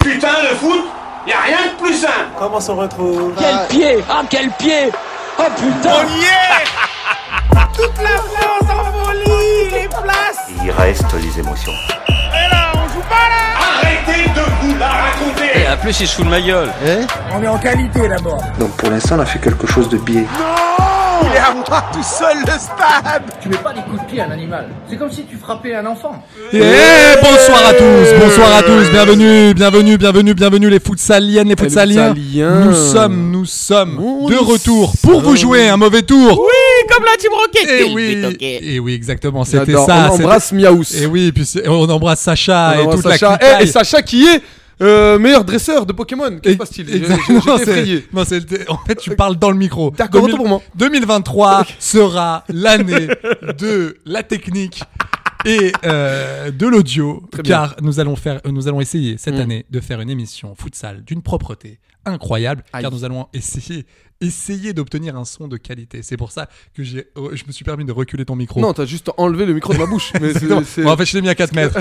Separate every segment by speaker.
Speaker 1: Putain, le foot, y a rien de plus simple.
Speaker 2: Comment on se retrouve
Speaker 3: Quel pied Ah, quel pied Oh putain
Speaker 4: y est Toute la France en folie Les places
Speaker 5: Il reste les émotions.
Speaker 4: Et là, on joue pas là
Speaker 1: Arrêtez de vous la raconter.
Speaker 6: En plus, il se fout de ma gueule.
Speaker 4: On est en qualité d'abord
Speaker 7: Donc pour l'instant, on a fait quelque chose de biais.
Speaker 4: Il est à moi tout seul le stade
Speaker 8: Tu mets pas des coups de pied à un animal. C'est comme si tu frappais un enfant.
Speaker 9: Eh, bonsoir à tous, bonsoir à tous, bienvenue, bienvenue, bienvenue, bienvenue les futsaliennes, les futsaliens.
Speaker 7: futsaliens.
Speaker 9: Nous sommes, nous sommes
Speaker 7: Nous
Speaker 9: de retour pour
Speaker 7: sommes.
Speaker 9: vous jouer un mauvais tour.
Speaker 6: Oui, comme la Team Rocket.
Speaker 9: Et oui,
Speaker 6: Eh
Speaker 9: et oui, exactement, c'était
Speaker 7: J'adore.
Speaker 9: ça.
Speaker 7: On
Speaker 9: c'était-
Speaker 7: embrasse Miaous.
Speaker 9: Et oui, puis c'est- on embrasse Sacha
Speaker 7: On
Speaker 9: Ah, et
Speaker 7: embrasse
Speaker 9: toute
Speaker 7: Sacha.
Speaker 9: la clicaille.
Speaker 7: Eh, et Sacha qui est euh, meilleur dresseur de Pokémon. Qu'est-ce
Speaker 9: Et-
Speaker 7: qui passe-t-il J'ai- j'ai-
Speaker 9: Exactement,
Speaker 7: J'étais
Speaker 9: c'est-
Speaker 7: effrayé.
Speaker 9: non, c'était- en fait, tu parles dans le micro.
Speaker 7: D'accord, autant pour moi.
Speaker 9: 2023 sera l'année de la technique et euh, de l'audio,
Speaker 7: bien.
Speaker 9: car nous allons faire, euh, nous allons essayer cette
Speaker 7: Mm.
Speaker 9: année de faire une émission futsal d'une propreté incroyable, car nous allons essayer, essayer d'obtenir un son de qualité. C'est pour ça que j'ai, euh, je me suis permis de reculer ton micro.
Speaker 7: Non, t'as juste enlevé le micro de ma bouche. Mais c'est-
Speaker 9: Non.
Speaker 7: c'est-
Speaker 9: Bon, en fait, je l'ai mis à 4 mètres.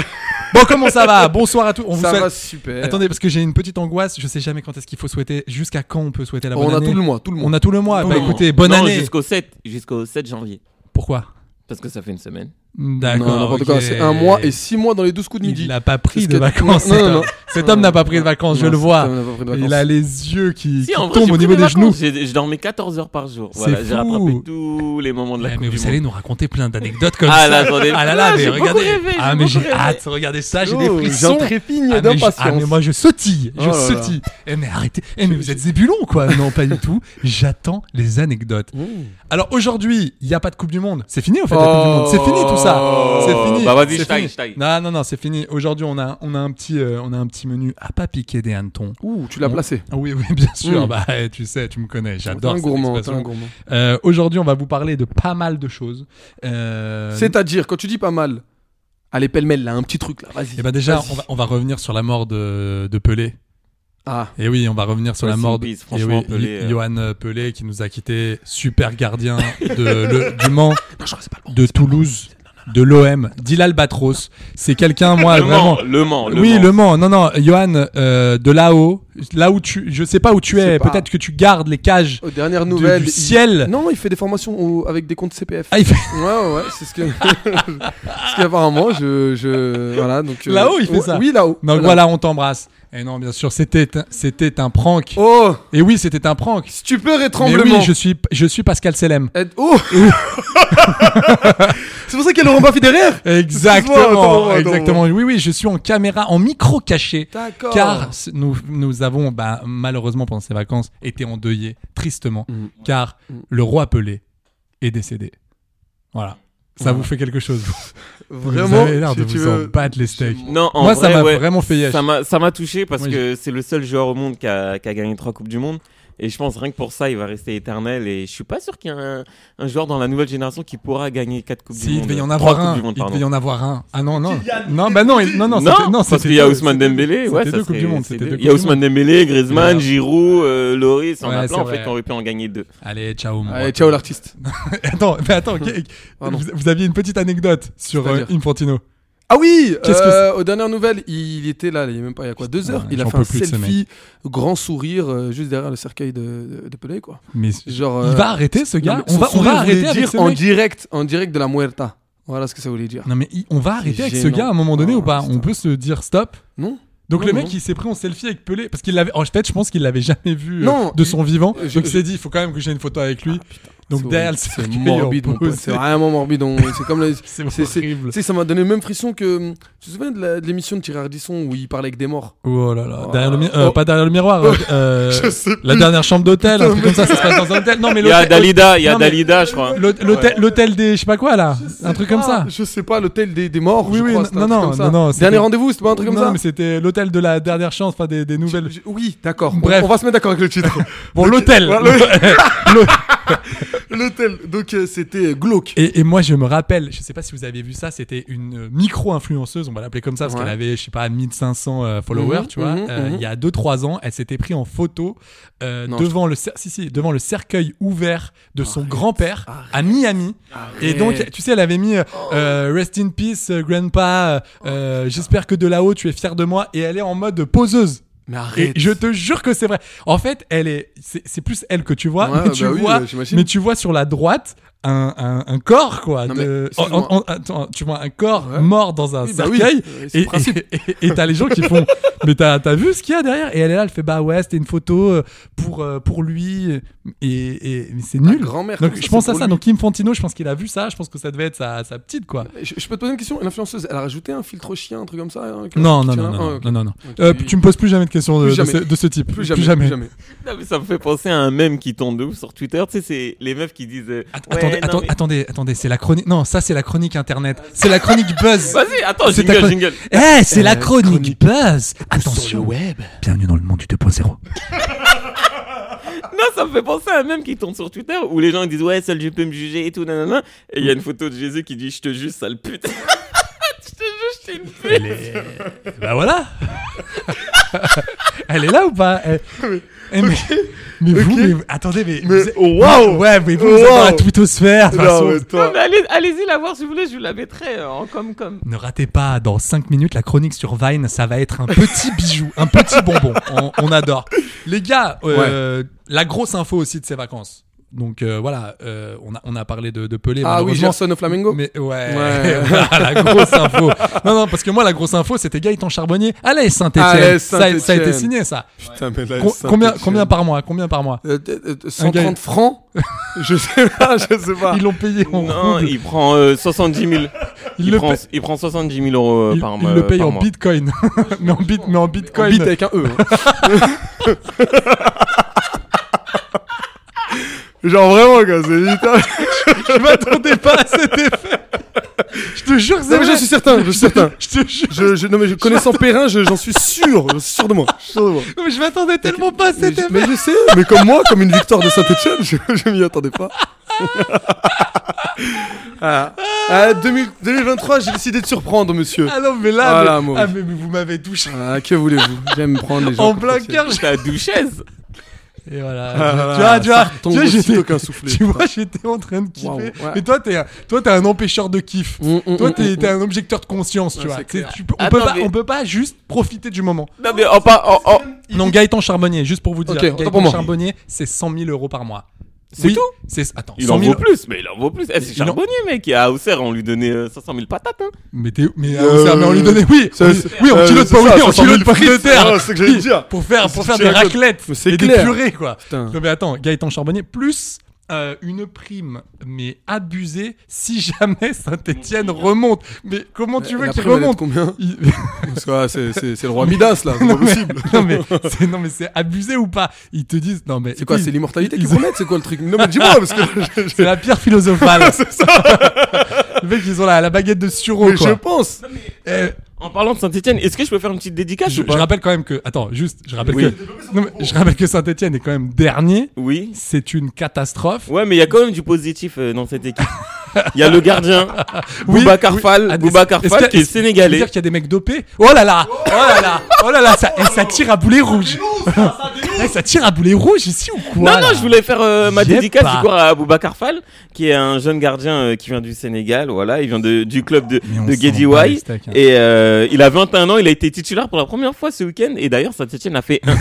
Speaker 9: Bon, comment ça va Bonsoir à tous. On vous
Speaker 7: ça
Speaker 9: souhaite-
Speaker 7: va super.
Speaker 9: Attendez, parce que j'ai une petite angoisse. Je sais jamais quand est-ce qu'il faut souhaiter, jusqu'à quand on peut souhaiter la bonne
Speaker 7: on a
Speaker 9: année.
Speaker 7: tout le mois, tout le mois.
Speaker 9: On a tout le mois. Bah
Speaker 6: Non.
Speaker 9: écoutez, bonne
Speaker 6: Non,
Speaker 9: année.
Speaker 6: Jusqu'au 7, jusqu'au 7 janvier.
Speaker 9: Pourquoi
Speaker 6: Parce que ça fait une semaine.
Speaker 9: D'accord.
Speaker 7: Non, n'importe
Speaker 9: ok.
Speaker 7: quoi. C'est un mois et six mois dans les 12 coups de
Speaker 9: Il
Speaker 7: midi.
Speaker 9: n'a pas pris
Speaker 7: Parce
Speaker 9: de
Speaker 7: que-
Speaker 9: vacances.
Speaker 7: Non,
Speaker 9: cet
Speaker 7: non,
Speaker 9: homme.
Speaker 7: non.
Speaker 9: Cet homme n'a pas pris de vacances, je
Speaker 7: Non,
Speaker 9: le
Speaker 7: cet
Speaker 9: vois.
Speaker 7: homme n'a pas pris de
Speaker 9: Il
Speaker 7: vacances.
Speaker 9: a les yeux qui, qui
Speaker 6: en vrai,
Speaker 9: tombent
Speaker 6: j'ai
Speaker 9: au
Speaker 6: pris
Speaker 9: niveau des
Speaker 6: vacances.
Speaker 9: genoux.
Speaker 6: J'ai- Je dormais 14 heures par jour.
Speaker 9: C'est
Speaker 6: Voilà, j'ai
Speaker 9: fou.
Speaker 6: rattrapé tous les moments de la
Speaker 9: Eh,
Speaker 6: Coupe
Speaker 9: mais
Speaker 6: du
Speaker 9: vous
Speaker 6: Monde.
Speaker 9: allez nous raconter plein d'anecdotes comme
Speaker 6: Ah
Speaker 9: ça.
Speaker 6: là, j'en ai-
Speaker 9: ah là là,
Speaker 6: Ah,
Speaker 9: mais
Speaker 6: j'ai beaucoup
Speaker 9: regardez.
Speaker 6: rêvé, j'ai
Speaker 9: ah mais
Speaker 6: beaucoup
Speaker 9: j'ai
Speaker 6: rêvé.
Speaker 9: hâte, regardez ça, j'ai des
Speaker 7: Oh,
Speaker 9: frissons.
Speaker 7: J'intrépigne
Speaker 9: Ah mais, je- ah,
Speaker 7: d'impatience.
Speaker 9: mais moi je sautille, je
Speaker 7: Oh là là.
Speaker 9: sautille. Eh mais arrêtez, eh mais vous êtes zébulon quoi. Non pas du tout, j'attends les anecdotes. Alors aujourd'hui, il n'y a pas de Coupe du Monde. C'est fini en fait la Coupe du Monde. C'est fini tout ça. C'est fini.
Speaker 6: Bah, vas-y,
Speaker 9: C'est
Speaker 6: je taille,
Speaker 9: fini.
Speaker 6: je taille.
Speaker 9: Non non non, c'est fini. Aujourd'hui, on a on a un petit euh, on a un petit menu à pas piquer des hannetons.
Speaker 7: Ouh, tu l'as placé.
Speaker 9: Ah Oui oui, bien sûr.
Speaker 7: Mm.
Speaker 9: Bah eh, tu sais, tu me connais,
Speaker 7: T'es
Speaker 9: j'adore
Speaker 7: un
Speaker 9: cette
Speaker 7: gourmand, t'es
Speaker 9: expression.
Speaker 7: un gourmand.
Speaker 9: Euh, aujourd'hui, on va vous parler de pas mal de choses. Euh,
Speaker 7: C'est-à-dire, quand tu dis pas mal, allez pêle-mêle là, un petit truc là, vas-y.
Speaker 9: eh ben déjà,
Speaker 7: Vas-y.
Speaker 9: on va, on va revenir sur la mort de, de Pelé.
Speaker 7: Ah,
Speaker 9: Et oui, on va revenir sur la
Speaker 6: Rest in
Speaker 9: mort de
Speaker 6: peace, franchement,
Speaker 9: eh oui,
Speaker 6: Pelé,
Speaker 9: Yo-
Speaker 6: euh.
Speaker 9: Johan Pelé qui nous a quitté, super gardien de, le- du Mans, de Toulouse, de l'OM, d'Ilalbatros. C'est quelqu'un, moi,
Speaker 6: Le
Speaker 9: vraiment.
Speaker 6: Mans, le Mans, le
Speaker 9: oui,
Speaker 6: Mans.
Speaker 9: le Mans. Non, non, Johan, euh, de là-haut, là où tu, je sais pas où tu
Speaker 7: Je sais
Speaker 9: es.
Speaker 7: pas.
Speaker 9: Peut-être que tu gardes les cages
Speaker 7: aux dernières
Speaker 9: du-
Speaker 7: nouvelles.
Speaker 9: du
Speaker 7: il-
Speaker 9: ciel.
Speaker 7: Non, il fait des formations au- avec des comptes CPF.
Speaker 9: Ah, il fait-
Speaker 7: Ouais, ouais, ouais, c'est ce que. Parce qu'apparemment, je, je. Voilà, donc. euh,
Speaker 9: Là-haut, il fait
Speaker 7: ouais,
Speaker 9: ça.
Speaker 7: Oui, là-haut.
Speaker 9: Donc voilà, on t'embrasse. Et non, bien sûr, c'était, un- c'était un prank.
Speaker 7: Oh,
Speaker 9: Et oui, c'était un prank.
Speaker 7: stupeur et
Speaker 9: Mais
Speaker 7: tremblement.
Speaker 9: oui, je suis, je suis Pascal Selem.
Speaker 7: Et- Oh C'est pour ça qu'elle n'auront pas fait derrière Excuse-moi, attends, attends,
Speaker 9: Exactement,
Speaker 7: attends.
Speaker 9: exactement. Oui, oui, je suis en caméra, en micro caché.
Speaker 7: D'accord.
Speaker 9: Car c- nous, nous avons, bah, malheureusement, pendant ces vacances, été endeuillés, tristement,
Speaker 6: Mm.
Speaker 9: car le roi Pelé est décédé. Voilà. Ça vous fait quelque chose. Vous
Speaker 7: Vraiment,
Speaker 9: avez l'air de
Speaker 7: si tu
Speaker 9: vous
Speaker 7: veux-
Speaker 9: en battre les steaks.
Speaker 6: Non, en
Speaker 9: Moi, ça
Speaker 6: vrai,
Speaker 9: m'a
Speaker 6: ouais,
Speaker 9: vraiment fait yesh.
Speaker 6: Ça m'a, ça m'a touché parce
Speaker 9: Oui,
Speaker 6: que c'est le seul joueur au monde qui a, qui a gagné trois coupes du monde. Et je pense rien que pour ça, il va rester éternel. Et je suis pas sûr qu'il y ait un, un joueur dans la nouvelle génération qui pourra gagner quatre coupes du
Speaker 9: Si, il
Speaker 6: monde. euh,
Speaker 9: devait y en
Speaker 6: Trois
Speaker 9: avoir
Speaker 6: Coupes
Speaker 9: un.
Speaker 6: du monde,
Speaker 9: il
Speaker 6: pardon.
Speaker 9: devait y en avoir un. Ah non, non. Non, bah non, il- non, non, c'était- non,
Speaker 6: parce
Speaker 9: c'était
Speaker 6: qu'il y a
Speaker 9: deux,
Speaker 6: Ousmane
Speaker 9: c'était-
Speaker 6: Dembélé, ouais,
Speaker 9: c'était
Speaker 6: ça
Speaker 9: deux Coupes du
Speaker 6: serait-
Speaker 9: Monde,
Speaker 6: c'est
Speaker 9: c'était
Speaker 6: deux.
Speaker 9: deux
Speaker 6: Il y a
Speaker 9: Coupes du
Speaker 6: Ousmane Dembélé, Griezmann,
Speaker 9: Voilà.
Speaker 6: Giroud, euh, Loris, on
Speaker 9: Ouais,
Speaker 6: a
Speaker 9: c'est
Speaker 6: plein en
Speaker 9: vrai.
Speaker 6: fait qu'on aurait pu en gagner deux.
Speaker 9: Allez, ciao. mon roi.
Speaker 7: Allez, ciao l'artiste.
Speaker 9: Attends, mais attends, qu'est-
Speaker 7: Pardon.
Speaker 9: vous, vous aviez une petite anecdote sur euh,
Speaker 7: C'est-à-dire
Speaker 9: Infantino.
Speaker 7: Ah oui
Speaker 9: Qu'est-ce que
Speaker 7: euh, Aux dernières nouvelles, il était là, il y a même pas il y a quoi, deux heures.
Speaker 9: Ouais,
Speaker 7: il a
Speaker 9: j'en
Speaker 7: fait un
Speaker 9: peux plus de ce
Speaker 7: selfie, grand sourire, euh, juste derrière le cercueil de, de, de Pelé, quoi.
Speaker 9: Mais
Speaker 7: Genre,
Speaker 9: il
Speaker 7: euh,
Speaker 9: va arrêter ce gars.
Speaker 7: non,
Speaker 9: on
Speaker 7: mais son
Speaker 9: va, on
Speaker 7: sourire
Speaker 9: va
Speaker 7: voulait
Speaker 9: arrêter avec
Speaker 7: dire
Speaker 9: ce
Speaker 7: en
Speaker 9: mec.
Speaker 7: direct, en direct de la Muerta. Voilà ce que ça voulait dire.
Speaker 9: Non mais il- on va arrêter
Speaker 7: C'est
Speaker 9: avec ce
Speaker 7: gênant.
Speaker 9: gars à un moment donné
Speaker 7: Oh,
Speaker 9: ou pas On
Speaker 7: putain.
Speaker 9: peut se dire stop.
Speaker 7: Non
Speaker 9: Donc
Speaker 7: Non,
Speaker 9: le
Speaker 7: non.
Speaker 9: mec il s'est pris en selfie avec Pelé parce qu'il l'avait. En fait, je pense qu'il l'avait jamais vu euh,
Speaker 7: Non,
Speaker 9: de son vivant.
Speaker 7: je-
Speaker 9: donc il
Speaker 7: je-
Speaker 9: s'est dit il faut quand même que j'ai une photo avec lui. donc
Speaker 7: C'est
Speaker 9: derrière le
Speaker 7: horrible. c'est
Speaker 9: cercueil,
Speaker 7: morbide,
Speaker 9: on
Speaker 7: mon pote,
Speaker 9: pose-
Speaker 7: C'est vraiment morbide. on- C'est comme les-
Speaker 9: C'est
Speaker 7: Tu
Speaker 9: horrible.
Speaker 7: sais, ça m'a donné le même frisson que. hum, Tu te souviens de la- de l'émission de Thierry Ardisson où il parlait avec des morts
Speaker 9: Oh là là,
Speaker 7: Oh.
Speaker 9: derrière le mi- euh,
Speaker 7: Oh.
Speaker 9: pas derrière le miroir, euh, euh,
Speaker 7: Je sais
Speaker 9: la dernière chambre d'hôtel, un truc comme ça, ça se passe dans un hôtel. Non mais
Speaker 6: Il y a
Speaker 9: l'hôtel-
Speaker 6: Dalida, il y a
Speaker 9: non, mais-
Speaker 6: Dalida, je crois.
Speaker 9: l'hôtel- l'hôtel- l'hôtel des je sais pas quoi là, un truc comme ça.
Speaker 7: Je sais pas, l'hôtel des, des morts.
Speaker 9: Oui,
Speaker 7: je
Speaker 9: oui,
Speaker 7: crois,
Speaker 9: non,
Speaker 7: c'était
Speaker 9: non,
Speaker 7: un truc comme
Speaker 9: non,
Speaker 7: ça.
Speaker 9: non, c'était-
Speaker 7: Dernier rendez-vous, c'était pas un truc comme
Speaker 9: non,
Speaker 7: ça
Speaker 9: mais c'était l'hôtel de la dernière chance, enfin des, des nouvelles.
Speaker 7: Je- je- Oui, d'accord.
Speaker 9: Bref.
Speaker 7: On, on va se mettre d'accord avec le titre.
Speaker 9: Bon, l'hôtel.
Speaker 7: Voilà, le- L'hôtel. Donc euh, c'était glauque.
Speaker 9: Et, et moi, je me rappelle, je sais pas si vous avez vu ça, c'était une euh, micro-influenceuse, on va l'appeler comme ça, parce
Speaker 7: Ouais.
Speaker 9: qu'elle avait, je sais pas, 1500 euh, followers,
Speaker 7: Mhm,
Speaker 9: tu vois.
Speaker 7: mhm,
Speaker 9: Euh,
Speaker 7: mhm.
Speaker 9: Il y a 2-3 ans, elle s'était pris en photo euh,
Speaker 7: Non,
Speaker 9: devant, le cer- si, si, devant le cercueil ouvert de son grand-père à Miami. Et donc, tu sais, elle avait mis euh,
Speaker 7: Oh.
Speaker 9: euh, Rest in peace, euh, grandpa, euh, j'espère que de là-haut, tu es fier de moi. Et elle est en mode poseuse.
Speaker 7: Mais
Speaker 9: Et
Speaker 7: arrête.
Speaker 9: je te jure que c'est vrai. En fait, elle est, c'est c'est plus elle que tu vois,
Speaker 7: Ouais,
Speaker 9: mais, tu
Speaker 7: bah oui,
Speaker 9: vois
Speaker 7: euh, j'imagine.
Speaker 9: mais tu vois sur la droite un, un- un corps quoi.
Speaker 7: Non,
Speaker 9: de-
Speaker 7: mais, excuse-moi.
Speaker 9: en- en- attends, tu vois un corps
Speaker 7: Ouais.
Speaker 9: mort dans un
Speaker 7: Oui, bah oui,
Speaker 9: cercueil.
Speaker 7: euh,
Speaker 9: Ah,
Speaker 7: c'est
Speaker 9: et-
Speaker 7: le principe.
Speaker 9: et et- et t'as les gens qui font, mais t'as t'as vu ce qu'il y a derrière Et elle est là, elle fait bah ouais, c'était une photo euh, pour euh, pour lui. Et, et mais c'est nul.
Speaker 7: grand-mère,
Speaker 9: Donc
Speaker 7: comme ça,
Speaker 9: je pense
Speaker 7: c'est
Speaker 9: à
Speaker 7: pour
Speaker 9: ça.
Speaker 7: lui.
Speaker 9: Donc Kim Fantino, je pense qu'il a vu ça. Je pense que ça devait être sa, sa petite quoi.
Speaker 7: Je, je peux te poser une question L'influenceuse, elle a rajouté un filtre au chien, un truc comme ça hein, que-
Speaker 9: Non
Speaker 7: qui
Speaker 9: non
Speaker 7: tient
Speaker 9: non
Speaker 7: là
Speaker 9: non
Speaker 7: Ah, ok.
Speaker 9: non non. non.
Speaker 7: Ok.
Speaker 9: Euh, tu me poses plus jamais de questions de,
Speaker 7: Plus
Speaker 9: de
Speaker 7: jamais.
Speaker 9: ce, de ce type.
Speaker 7: Plus jamais. Plus jamais.
Speaker 6: Non, mais ça me fait penser à un mème qui tourne de ouf sur Twitter. Tu sais, c'est les meufs qui disent. euh,
Speaker 9: Att-
Speaker 6: Ouais,
Speaker 9: attendez,
Speaker 6: non,
Speaker 9: attendez,
Speaker 6: mais-
Speaker 9: attendez, attendez, c'est la chronique. Non, ça c'est la chronique internet. C'est la chronique buzz.
Speaker 6: Vas-y, attends,
Speaker 9: C'est ta
Speaker 6: jingle,
Speaker 9: chroni-
Speaker 6: jingle.
Speaker 9: Eh, c'est la chronique, buzz. Attention.
Speaker 7: web.
Speaker 9: Bienvenue dans le monde du 2.0.
Speaker 6: Non, ça me fait penser à un mème qui tourne sur Twitter où les gens ils disent ouais, seul je peux me juger et tout, nanana. Et il y a une photo de Jésus qui dit je te juge, sale pute. je te juge, t'es une pute.
Speaker 9: Elle est. bah voilà. Elle est là ou pas Elle- Eh, mais... mais vous, mais vous- attendez, mais. vous êtes-
Speaker 7: waouh
Speaker 9: Ouais, mais vous, vous êtes dans la
Speaker 7: Wow.
Speaker 9: twittosphère. de toute façon.
Speaker 6: Non, mais allez, allez-y la voir si vous voulez, je vous la mettrai euh, en comme comme.
Speaker 9: Ne ratez pas, dans 5 minutes, la chronique sur Vine, ça va être un petit bijou, un petit bonbon. On, on adore. Les gars, euh, la grosse info aussi de ces vacances. Donc euh, voilà, euh, on, a, on a parlé de, de Pelé.
Speaker 7: Ah oui,
Speaker 9: malheureusement.
Speaker 7: Gerson au Flamingo.
Speaker 9: Mais ouais, Ah,
Speaker 7: Ouais.
Speaker 9: la grosse info. Non, non, parce que moi, la grosse info, c'était Gaëtan Charbonnier. Allez, Saint-Etienne.
Speaker 7: Allez,
Speaker 9: Ça, ça a été
Speaker 7: Saint-Étienne.
Speaker 9: signé, ça.
Speaker 7: Putain, mais là,
Speaker 9: Com-
Speaker 7: Saint-Étienne.
Speaker 9: combien, combien par mois Combien par mois
Speaker 7: Euh, euh, euh,
Speaker 9: Un gars-
Speaker 7: 130 francs Je sais pas, je sais pas.
Speaker 9: Ils l'ont payé en
Speaker 6: Non,
Speaker 9: roubles.
Speaker 6: il prend euh, 70 000.
Speaker 9: Oh, Il
Speaker 6: Il,
Speaker 9: le
Speaker 6: prend,
Speaker 9: paye-
Speaker 6: il prend 70 000 euros euh,
Speaker 9: Il-
Speaker 6: par
Speaker 9: il
Speaker 6: mois.
Speaker 9: le paye
Speaker 6: par
Speaker 9: en
Speaker 6: mois.
Speaker 9: bitcoin. mais, en bit, mais en
Speaker 7: En
Speaker 9: bitcoin.
Speaker 7: bite avec un E. hein. Genre vraiment, quoi, c'est putain.
Speaker 9: Je m'attendais pas à cet effet. Je te jure,
Speaker 7: Non,
Speaker 9: c'est
Speaker 7: mais
Speaker 9: vrai.
Speaker 7: je suis certain, je suis certain.
Speaker 9: Je te jure.
Speaker 7: Je, je- non, mais je, connaissant Perrin, je- j'en suis sûr, je suis sûr de moi. je suis sûr de moi.
Speaker 9: Mais Je m'attendais tellement pas à
Speaker 7: Mais
Speaker 9: cet
Speaker 7: je,
Speaker 9: effet.
Speaker 7: mais je sais, mais comme moi, comme une victoire de Saint-Etienne, je, je m'y attendais pas. Ah. Ah, 2000 2023, j'ai décidé de surprendre, monsieur.
Speaker 9: Ah non, mais là,
Speaker 7: Voilà,
Speaker 9: mais,
Speaker 7: moi.
Speaker 9: ah, mais- mais vous m'avez touché
Speaker 7: Ah, que voulez-vous J'aime prendre les gens.
Speaker 9: en plein cœur. je-
Speaker 6: Ta duchesse.
Speaker 9: Et voilà.
Speaker 7: Ah,
Speaker 9: tu vois, tu vois,
Speaker 7: ça retombe
Speaker 9: tu vois,
Speaker 7: aussitôt
Speaker 9: j'étais-
Speaker 7: qu'un soufflet. Ah,
Speaker 9: Tu vois, j'étais en train de kiffer.
Speaker 7: Waouh, ouais.
Speaker 9: Et toi, t'es, un- toi, t'es un empêcheur de kiff.
Speaker 7: Mm, mm,
Speaker 9: toi,
Speaker 7: mm,
Speaker 9: t'es,
Speaker 7: mm,
Speaker 9: t'es un objecteur de conscience, tu
Speaker 7: Ouais,
Speaker 9: vois.
Speaker 7: c'est
Speaker 9: C'est-
Speaker 7: clair.
Speaker 9: tu peux- on,
Speaker 6: Ah
Speaker 9: peut
Speaker 6: non,
Speaker 9: pas,
Speaker 6: mais-
Speaker 9: on peut pas juste profiter du moment.
Speaker 6: Non, mais en pas. en- en-
Speaker 9: Non, Gaëtan Charbonnier, juste pour vous dire,
Speaker 7: Ok, autant
Speaker 9: Gaëtan
Speaker 7: pour moi.
Speaker 9: Charbonnier, c'est 100 000 euros par mois.
Speaker 6: C'est
Speaker 9: Oui,
Speaker 6: tout
Speaker 9: c'est, Attends,
Speaker 6: Il
Speaker 9: 100
Speaker 6: en
Speaker 9: 000
Speaker 6: vaut plus, mais il en vaut plus. Eh, c'est
Speaker 9: Il en-
Speaker 6: charbonnier, mec. À Auxerre, on lui donnait euh, 500 000 patates. Hein.
Speaker 9: Mais, t'es- mais,
Speaker 7: Euh,
Speaker 9: euh, ça, mais on lui donnait, oui,
Speaker 7: ça,
Speaker 9: on lui-
Speaker 7: c'est-
Speaker 9: oui, en
Speaker 7: euh,
Speaker 9: kilo de
Speaker 7: c'est
Speaker 9: pommes,
Speaker 7: ça,
Speaker 9: oui, en
Speaker 7: 500
Speaker 9: kilo
Speaker 7: 000
Speaker 9: de pommes de
Speaker 7: frites.
Speaker 9: terre.
Speaker 7: Ah, c'est ce que j'allais
Speaker 9: Oui,
Speaker 7: dire.
Speaker 9: Pour faire, pour
Speaker 7: C'est
Speaker 9: faire
Speaker 7: ce
Speaker 9: des
Speaker 7: que j'allais
Speaker 9: raclettes
Speaker 7: Mais c'est
Speaker 9: et des
Speaker 7: clair.
Speaker 9: purées, quoi.
Speaker 7: Putain.
Speaker 9: Non, mais attends, Gaëtan Charbonnier, plus euh, une prime, mais abusée, si jamais Saint-Etienne remonte. Mais comment tu veux
Speaker 7: La
Speaker 9: qu'il
Speaker 7: prime, elle est de
Speaker 9: remonte
Speaker 7: Combien
Speaker 9: Il-
Speaker 7: Parce que, ah, c'est- c'est c'est le roi Midas, là. C'est pas
Speaker 9: non, mais,
Speaker 7: possible.
Speaker 9: non, mais c'est- non, mais c'est abusé ou pas Ils te disent, non, mais.
Speaker 7: C'est quoi
Speaker 9: ils-
Speaker 7: C'est l'immortalité qu'ils
Speaker 9: ils-
Speaker 7: promettent C'est quoi le truc Non, mais dis-moi, parce que. je- je-
Speaker 9: C'est la pierre philosophale. c'est ça. Le mec, ils ont la, la baguette de suro,
Speaker 7: mais
Speaker 9: quoi.
Speaker 7: je pense.
Speaker 9: Eh,
Speaker 6: En parlant de Saint-Etienne, est-ce que je peux faire une petite dédicace
Speaker 9: Je,
Speaker 6: ou pas
Speaker 9: je rappelle quand même que. Attends, juste, je rappelle
Speaker 6: Oui.
Speaker 9: que. non, mais je rappelle que Saint-Etienne est quand même dernier.
Speaker 6: Oui.
Speaker 9: C'est une catastrophe.
Speaker 6: Ouais, mais il y a quand même du positif euh, dans cette équipe. Il y a le gardien, Boubacar Fall,
Speaker 9: Ah, mais-
Speaker 6: Boubacar
Speaker 9: est-ce qu'il y
Speaker 6: Fall,
Speaker 9: a-
Speaker 6: qui est
Speaker 9: est-ce- ça veut
Speaker 6: sénégalais.
Speaker 9: dire qu'il y a des mecs dopés Oh là là Oh là là Oh là là Ça, eh, ça tire à boulet rouge Eh, Ça tire à boulet rouge ici ou quoi
Speaker 6: Non,
Speaker 9: là
Speaker 6: non, je voulais faire euh, ma
Speaker 9: J'ai
Speaker 6: dédicace
Speaker 9: pas.
Speaker 6: du coup à Boubacar Fall, qui est un jeune gardien euh, qui vient du Sénégal, voilà, il vient de, du club de,
Speaker 9: Mais on
Speaker 6: de
Speaker 9: s'en bat les
Speaker 6: Guédiouaï,
Speaker 9: steaks, hein.
Speaker 6: et euh, il a 21 ans, il a été titulaire pour la première fois ce week-end, et d'ailleurs Saint-Etienne a fait 1-1,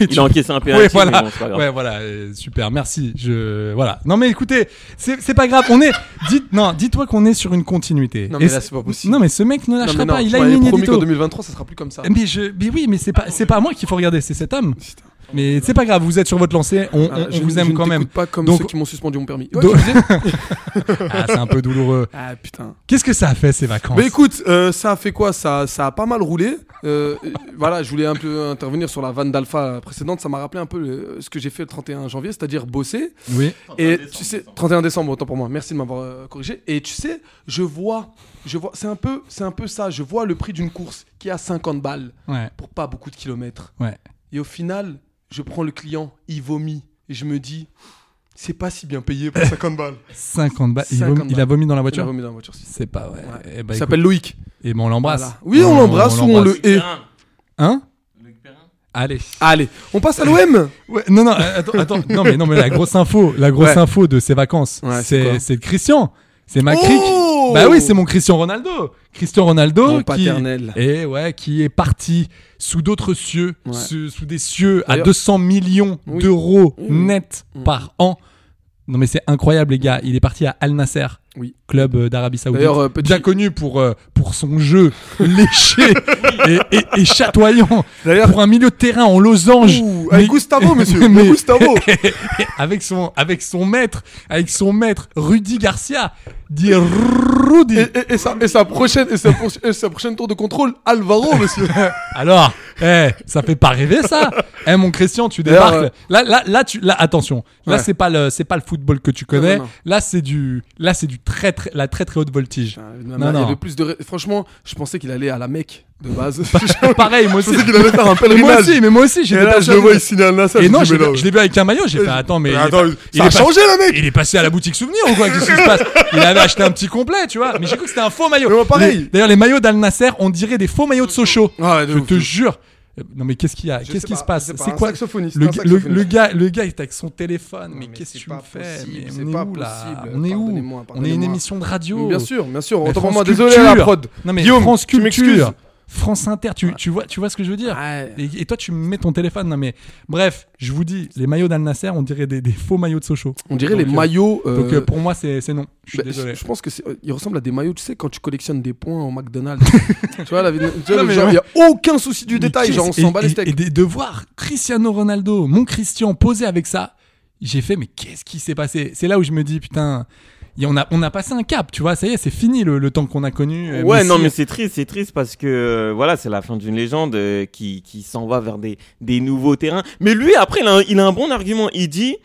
Speaker 9: tu-
Speaker 6: il a encaissé un pénalty,
Speaker 9: Ouais, voilà.
Speaker 6: mais bon, c'est pas grave.
Speaker 9: ouais, voilà. euh, super. Merci. Je, voilà. Non, mais écoutez, c'est c'est pas grave. On est, dites, non, dis-toi qu'on est sur une continuité.
Speaker 7: Non, mais
Speaker 9: Et
Speaker 7: là,
Speaker 9: ce-
Speaker 7: c'est pas possible.
Speaker 9: Non, mais ce mec ne lâchera
Speaker 7: mais
Speaker 9: pas.
Speaker 7: tu
Speaker 9: Il a
Speaker 7: m'avais
Speaker 9: une ligne
Speaker 7: promis qu'en
Speaker 9: édito.
Speaker 7: 2023, ça sera plus comme ça.
Speaker 9: Mais je, mais oui, mais c'est pas, c'est pas moi qu'il faut regarder, c'est cet homme. Mais c'est pas grave, vous êtes sur votre lancée, on, on-
Speaker 7: Ah,
Speaker 9: on
Speaker 7: je-
Speaker 9: vous
Speaker 7: je
Speaker 9: aime
Speaker 7: ne
Speaker 9: quand même.
Speaker 7: t'écoute pas comme
Speaker 9: Donc-
Speaker 7: ceux qui m'ont suspendu mon permis. Ouais,
Speaker 9: Donc-
Speaker 7: tu disais
Speaker 9: Ah, c'est un peu douloureux.
Speaker 7: ah putain.
Speaker 9: Qu'est-ce que ça a fait ces vacances
Speaker 7: Bah écoute, euh, ça a fait quoi ça, ça a pas mal roulé. Euh, euh, voilà, je voulais un peu intervenir sur la vanne d'Alpha précédente. Ça m'a rappelé un peu euh, ce que j'ai fait le 31 janvier, c'est-à-dire bosser.
Speaker 9: Oui.
Speaker 7: Et tu sais, 31 décembre, autant pour moi. Merci de m'avoir euh, corrigé. Et tu sais, je vois, je vois, c'est un peu, c'est un peu ça. Je vois le prix d'une course qui est à 50 balles
Speaker 9: Ouais,
Speaker 7: pour pas beaucoup de kilomètres.
Speaker 9: ouais.
Speaker 7: Et au final, je prends le client, il vomit, et je me dis, c'est pas si bien payé pour 50 balles.
Speaker 9: 50 balles. Il,
Speaker 7: 50
Speaker 9: vomi- il a vomi dans la
Speaker 7: Il a
Speaker 9: voiture
Speaker 7: vomi dans la voiture. si.
Speaker 9: C'est pas, ouais.
Speaker 7: Ouais.
Speaker 9: Eh ben,
Speaker 7: il
Speaker 9: écoute,
Speaker 7: s'appelle Loïc.
Speaker 9: Et ben on l'embrasse.
Speaker 7: Voilà. Oui, on l'embrasse ou on le hait.
Speaker 9: Hein Allez.
Speaker 7: Allez, on passe à l'OM.
Speaker 9: Ouais, non, non, euh, attends, attends. Non, mais, non, mais la grosse info, la grosse
Speaker 7: Ouais.
Speaker 9: info de ces vacances,
Speaker 7: Ouais, c'est
Speaker 9: c'est
Speaker 7: quoi
Speaker 9: c'est Christian. C'est Macric.
Speaker 7: Oh Ronaldo
Speaker 9: Bah oui, c'est mon Christian Ronaldo. Christian Ronaldo
Speaker 7: Mon
Speaker 9: qui-
Speaker 7: paternel.
Speaker 9: Et ouais, qui est parti sous d'autres cieux,
Speaker 7: Ouais.
Speaker 9: sous, sous des cieux à
Speaker 7: D'ailleurs-
Speaker 9: 200 millions
Speaker 7: Oui. Mmh.
Speaker 9: d'euros
Speaker 7: Oui.
Speaker 9: net par an. Non mais c'est incroyable les gars, il est parti à Al Nasser,
Speaker 7: Oui.
Speaker 9: club euh, d'Arabie Saoudite,
Speaker 7: D'ailleurs, euh, petit-
Speaker 9: bien connu pour euh, pour son jeu léché et, et- et chatoyant,
Speaker 7: D'ailleurs-
Speaker 9: pour un milieu de terrain en losange,
Speaker 7: Ouh, avec
Speaker 9: Mais-
Speaker 7: Gustavo, monsieur.
Speaker 9: mais-
Speaker 7: Mais... Gustavo.
Speaker 9: avec son avec son maître, avec son maître Rudy Garcia, dit Rudy.
Speaker 7: Et, et- et sa, et sa prochaine, et sa, pro- et sa prochaine tour de contrôle, Alvaro, monsieur.
Speaker 9: Alors, eh, ça fait pas rêver ça. Eh mon Christian, tu
Speaker 7: D'ailleurs,
Speaker 9: débarques. Là, là, là, tu, là, attention. Là,
Speaker 7: Ouais.
Speaker 9: c'est pas le, c'est pas le football que tu connais.
Speaker 7: Non, non, non.
Speaker 9: Là, c'est du, là, c'est du très, très, la très très haute voltige.
Speaker 7: Non,
Speaker 9: non,
Speaker 7: il y
Speaker 9: non.
Speaker 7: avait plus de. ré- Franchement, je pensais qu'il allait à la Mecque de base.
Speaker 9: Pareil, moi
Speaker 7: je
Speaker 9: aussi.
Speaker 7: pensais qu'il allait faire un
Speaker 9: Mais moi
Speaker 7: pèlerinage.
Speaker 9: aussi, mais moi aussi,
Speaker 7: Et
Speaker 9: j'étais
Speaker 7: là, je
Speaker 9: persuadé.
Speaker 7: le vois ici, là, ça.
Speaker 9: Et non, je l'ai je l'ai vu avec un maillot. J'ai fait attends, mais il est
Speaker 7: Attends,
Speaker 9: pas-
Speaker 7: ça
Speaker 9: il
Speaker 7: a
Speaker 9: est pas-
Speaker 7: changé, le mec
Speaker 9: Il est passé à la boutique souvenir ou quoi Qu'est-ce qui se passe Il avait acheté un petit complet, tu vois. Mais j'ai cru que c'était un faux maillot.
Speaker 7: Mais moi, pareil.
Speaker 9: Les- D'ailleurs, les maillots d'Al Nasser, on dirait des faux maillots de Sochaux.
Speaker 7: Ah Ouais, de
Speaker 9: je
Speaker 7: ouf,
Speaker 9: te
Speaker 7: de ouf.
Speaker 9: jure. Euh, Non mais qu'est-ce qu'il y a
Speaker 7: Je
Speaker 9: Qu'est-ce
Speaker 7: sais
Speaker 9: qui
Speaker 7: pas,
Speaker 9: se
Speaker 7: je
Speaker 9: passe
Speaker 7: sais pas,
Speaker 9: C'est
Speaker 7: un
Speaker 9: quoi
Speaker 7: saxophoniste,
Speaker 9: le,
Speaker 7: un
Speaker 9: gars- le-
Speaker 7: saxophoniste.
Speaker 9: le gars, le gars, il est avec son téléphone. Mais
Speaker 7: mais
Speaker 9: qu'est-ce que
Speaker 7: c'est
Speaker 9: tu
Speaker 7: pas
Speaker 9: me fais
Speaker 7: possible,
Speaker 9: Mais
Speaker 7: c'est
Speaker 9: on est
Speaker 7: pas
Speaker 9: où là
Speaker 7: possible.
Speaker 9: On est où
Speaker 7: Pardonnez-moi,
Speaker 9: On est une
Speaker 7: pardonnez-moi.
Speaker 9: émission de radio.
Speaker 7: Bien sûr, bien sûr.
Speaker 9: Mais
Speaker 7: Autant pour
Speaker 9: France
Speaker 7: moi, désolé à la
Speaker 9: Culture.
Speaker 7: prod.
Speaker 9: Non mais
Speaker 7: Guillaume,
Speaker 9: France
Speaker 7: tu
Speaker 9: Culture,
Speaker 7: m'excuses.
Speaker 9: France Inter. Tu, tu vois, tu vois ce que je veux dire
Speaker 7: Ouais.
Speaker 9: et, et toi, tu me mets ton téléphone. Non mais bref, je vous dis, les maillots d'Al Nasser, on dirait des, des faux maillots de Sochaux.
Speaker 7: On dirait les
Speaker 9: Donc, euh,
Speaker 7: maillots. euh,
Speaker 9: Donc euh, pour moi, c'est c'est non. Je suis
Speaker 7: bah,
Speaker 9: désolé.
Speaker 7: je- je pense que c'est- euh, il ressemble à des maillots, tu sais, quand tu collectionnes des points au McDonald's. tu vois, la- tu vois,
Speaker 9: Non,
Speaker 7: le
Speaker 9: mais
Speaker 7: genre, il
Speaker 9: ouais.
Speaker 7: n'y a aucun souci du
Speaker 9: Mais
Speaker 7: détail,
Speaker 9: qu'est-ce-
Speaker 7: genre on
Speaker 9: et-
Speaker 7: s'en bat les
Speaker 9: et-
Speaker 7: steaks.
Speaker 9: Et de, de voir Cristiano Ronaldo, mon Christian, posé avec ça, j'ai fait, mais qu'est-ce qui s'est passé C'est là où je me dis, putain, y- on a, on a passé un cap, tu vois, ça y est, c'est fini le, le temps qu'on a connu. euh,
Speaker 6: Ouais,
Speaker 9: Messi.
Speaker 6: non, mais hein. c'est triste, c'est triste parce que euh, voilà, c'est la fin d'une légende euh, qui, qui s'en va vers des, des nouveaux terrains. Mais lui, après, il a, un- il a un bon argument. Il dit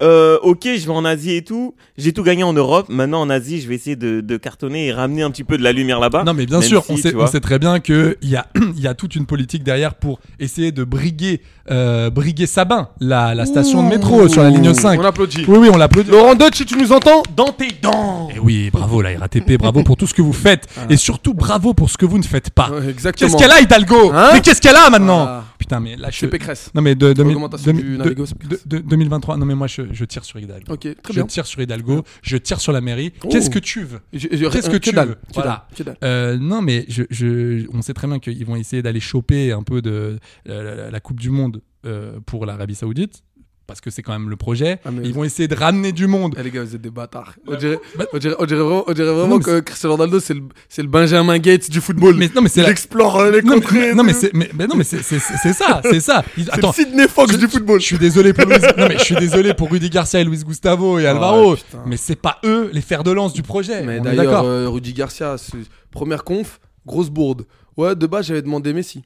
Speaker 6: euh, Ok, je vais en Asie et tout, j'ai tout gagné en Europe, maintenant en Asie, je vais essayer de, de cartonner et ramener un petit peu de la lumière là-bas.
Speaker 9: Non, mais bien
Speaker 6: Même
Speaker 9: sûr,
Speaker 6: si,
Speaker 9: on,
Speaker 6: tu
Speaker 9: sait,
Speaker 6: vois.
Speaker 9: on sait très bien qu'il y a, il y a toute une politique derrière pour essayer de briguer, euh, briguer Sabin, la, la station de métro sur la ligne 5.
Speaker 7: On applaudit.
Speaker 9: Oui, oui, on l'applaudit.
Speaker 7: Laurent Dutch, si tu nous entends,
Speaker 9: dans tes dents. Et oui, bravo la RATP, bravo pour tout ce que vous faites et surtout bravo pour ce que vous ne faites pas.
Speaker 7: Ah. Ouais, exactement.
Speaker 9: Qu'est-ce qu'elle a Hidalgo
Speaker 7: Hein
Speaker 9: Mais qu'est-ce qu'elle a maintenant
Speaker 7: Ah.
Speaker 9: Putain mais là je
Speaker 7: c'est Pécresse.
Speaker 9: Non mais de, de,
Speaker 7: L'augmentation du
Speaker 9: de-
Speaker 7: Navigo, c'est Pécresse.
Speaker 9: de- de- 2023. Non mais moi je, je tire sur Hidalgo.
Speaker 7: Ok, très
Speaker 9: je
Speaker 7: bien. Oh.
Speaker 9: tire sur Hidalgo, je tire sur la mairie. Qu'est-ce que tu veux
Speaker 7: Je- je-
Speaker 9: Qu'est-ce
Speaker 7: euh,
Speaker 9: que
Speaker 7: que
Speaker 9: tu
Speaker 7: dalle,
Speaker 9: veux
Speaker 7: que
Speaker 9: Voilà.
Speaker 7: dalle, que dalle.
Speaker 9: Euh, non mais je, je- on sait très bien qu'ils vont essayer d'aller choper un peu de la, la- la Coupe du Monde euh, pour l'Arabie Saoudite parce que c'est quand même le projet.
Speaker 7: Ah, mais-
Speaker 9: Ils vont essayer de ramener du monde.
Speaker 7: Eh les gars, vous êtes des bâtards. On dirait,
Speaker 9: Bah-
Speaker 7: on dirait, on dirait vraiment, on dirait vraiment
Speaker 9: Non, mais
Speaker 7: que Cristiano Ronaldo, c'est le, c'est le Benjamin Gates du football.
Speaker 9: Mais non mais c'est
Speaker 7: il
Speaker 9: la-
Speaker 7: explore euh, les
Speaker 9: non, mais-
Speaker 7: contrées.
Speaker 9: mais-
Speaker 7: et
Speaker 9: non, mais
Speaker 7: tout.
Speaker 9: c'est mais, mais non mais c'est c'est- c'est- c'est ça c'est ça Il-
Speaker 7: C'est le
Speaker 9: attends
Speaker 7: Sidney Fox du football.
Speaker 9: je suis désolé pour Luis- non, mais je suis désolé pour Rudy Garcia et Luis Gustavo et Alvaro
Speaker 7: Ah, putain.
Speaker 9: mais c'est pas eux les fers de lance du projet on
Speaker 7: Mais
Speaker 9: est
Speaker 7: d'ailleurs,
Speaker 9: d'accord
Speaker 7: euh, Rudy Garcia, ce- première conf, grosse bourde. Ouais, de base, j'avais demandé Messi.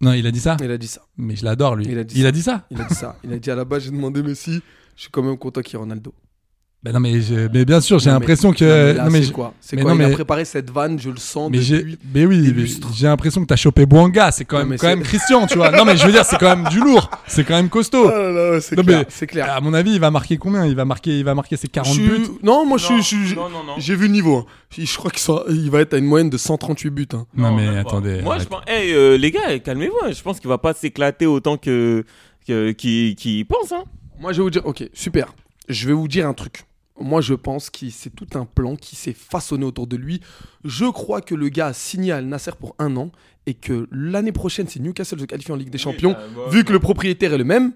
Speaker 9: non il a dit ça
Speaker 7: Il a dit ça.
Speaker 9: mais je l'adore lui
Speaker 7: euh, il a dit
Speaker 9: il
Speaker 7: ça.
Speaker 9: a dit ça
Speaker 7: Il a dit ça. Il a dit à la base, j'ai demandé Messi. Je suis quand même content qu'il y ait Ronaldo.
Speaker 9: ben non mais je- mais bien sûr j'ai
Speaker 7: Non, mais-
Speaker 9: l'impression
Speaker 7: Non, mais
Speaker 9: que
Speaker 7: là,
Speaker 9: Euh, non mais
Speaker 7: c'est
Speaker 9: je-
Speaker 7: quoi C'est
Speaker 9: mais
Speaker 7: quoi
Speaker 9: non,
Speaker 7: Il a
Speaker 9: mais-
Speaker 7: préparé cette vanne, je le sens.
Speaker 9: mais j'ai
Speaker 7: depuis.
Speaker 9: mais oui
Speaker 7: des
Speaker 9: mais
Speaker 7: lustres.
Speaker 9: j'ai l'impression que t'as chopé Bouanga c'est quand
Speaker 7: Non,
Speaker 9: même
Speaker 7: mais
Speaker 9: quand
Speaker 7: c'est-
Speaker 9: même Christian tu vois non mais je veux dire c'est quand même du lourd c'est quand même costaud
Speaker 7: Oh là là, ouais, c'est
Speaker 9: Non,
Speaker 7: clair.
Speaker 9: mais-
Speaker 7: C'est clair.
Speaker 9: à mon avis il va marquer combien il va marquer il va marquer ses 40
Speaker 7: Je suis-
Speaker 9: buts
Speaker 7: Non, moi je suis-
Speaker 6: Non,
Speaker 7: je suis.
Speaker 6: non, non, non.
Speaker 7: J'ai vu le niveau. hein. Je je crois qu'il sera- il va être à une moyenne de 138 buts. hein.
Speaker 9: non, Ah, mais
Speaker 6: même pas.
Speaker 9: attendez
Speaker 6: Moi, je
Speaker 9: arrête.
Speaker 6: pense, Eh, euh, les gars, calmez-vous, hein. je pense qu'il va pas s'éclater autant que, que qu'il qu'il pense. Hein.
Speaker 7: Moi je vais vous dire, ok, super. Je vais vous dire un truc. Moi je pense que c'est tout un plan qui s'est façonné autour de lui. Je crois que le gars a signé à Al Nasser pour un an et que l'année prochaine, si Newcastle se qualifie en Ligue des Champions, vu que le propriétaire est le même,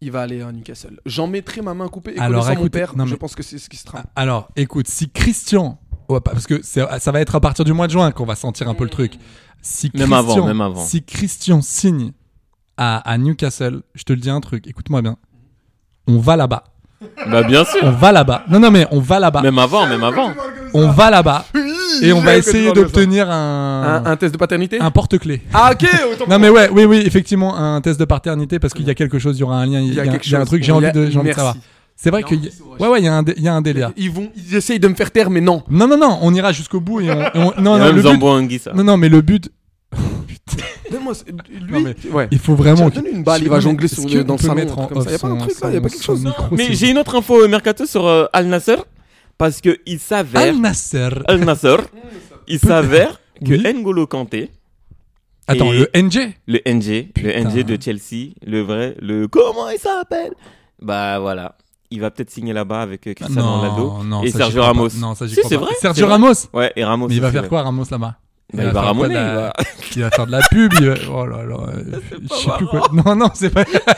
Speaker 7: il va aller à Newcastle. J'en mettrai ma main coupée et
Speaker 9: Alors,
Speaker 7: connaissant mon
Speaker 9: écoutez,
Speaker 7: père,
Speaker 9: non,
Speaker 7: je
Speaker 9: mais-
Speaker 7: pense que c'est ce qui se trame.
Speaker 9: Alors, écoute, si Christian, ouais, pas- parce que c'est- ça va être à partir du mois de juin qu'on va sentir un peu le truc. Si
Speaker 6: Même
Speaker 9: Christian,
Speaker 6: avant, même avant.
Speaker 9: Si Christian signe à, à Newcastle, je te le dis un truc, écoute-moi bien. On va là-bas.
Speaker 6: Bah, bien sûr.
Speaker 9: On va là-bas. Non, non, mais on va là-bas.
Speaker 6: Même avant, même avant.
Speaker 9: On va là-bas. Et on
Speaker 7: je
Speaker 9: va
Speaker 7: sais que tu
Speaker 9: essayer
Speaker 7: parles de ça.
Speaker 9: d'obtenir
Speaker 7: Un,
Speaker 9: un,
Speaker 7: Hein, un test de paternité
Speaker 9: Ah. un porte-clé.
Speaker 7: Ah ok, autant pour
Speaker 9: Non mais ouais, oui, oui, effectivement, un test de paternité parce qu'il y a quelque chose, il y aura un lien, il y a,
Speaker 7: quelque
Speaker 9: il y a un
Speaker 7: chose.
Speaker 9: truc, j'ai
Speaker 7: Il y
Speaker 9: envie
Speaker 7: a-
Speaker 9: de, j'ai envie de
Speaker 7: merci.
Speaker 9: savoir. C'est vrai qu'il y, a- ouais, ouais, il y a un dé- il y a un délire.
Speaker 7: Ils vont, ils essayent de me faire taire, mais non.
Speaker 9: Non, non, non, on ira jusqu'au bout et on, et on- non,
Speaker 6: Et
Speaker 9: non,
Speaker 6: même
Speaker 9: le but,
Speaker 6: Zambo Anguissa.
Speaker 9: Non, non, mais le but. Putain,
Speaker 7: Donne-moi, ce- lui,
Speaker 9: Non, mais-
Speaker 7: ouais.
Speaker 9: il faut vraiment.
Speaker 7: Tiens, donne-lui une balle, il va jongler sur le- dans le salon, un truc comme ça. Y a pas un truc, là, y a pas quelque chose hein.
Speaker 6: Mais j'ai une autre info euh, mercato sur euh, Al Nasser parce que il s'avère
Speaker 9: Al Nasser.
Speaker 6: Al Nasser, il s'avère que
Speaker 9: Oui.
Speaker 6: N'Golo Kanté,
Speaker 9: Attends,
Speaker 6: Et-
Speaker 9: le NG
Speaker 6: le NG,
Speaker 9: Putain.
Speaker 6: le NG de Chelsea, le vrai, le comment il s'appelle Bah voilà, il va peut-être signer là-bas avec euh, Cristiano Ronaldo
Speaker 9: Non, non,
Speaker 6: et
Speaker 9: ça, j'y
Speaker 6: Sergio
Speaker 9: crois pas.
Speaker 6: Ramos.
Speaker 9: Non, ça j'y
Speaker 6: Si,
Speaker 9: crois
Speaker 6: c'est
Speaker 9: pas.
Speaker 6: vrai, c'est
Speaker 9: Sergio
Speaker 6: vrai.
Speaker 9: Ramos.
Speaker 6: Ouais, et Ramos.
Speaker 9: Mais il va
Speaker 6: aussi,
Speaker 9: faire
Speaker 6: ouais.
Speaker 9: quoi Ramos là-bas
Speaker 6: Bah, Il
Speaker 9: faire
Speaker 6: va
Speaker 9: quoi de
Speaker 6: ramoner.
Speaker 9: la-
Speaker 6: il va-
Speaker 9: Il va faire de la pub. il va- Oh là là. euh, Je sais plus quoi. Non, non, c'est pas.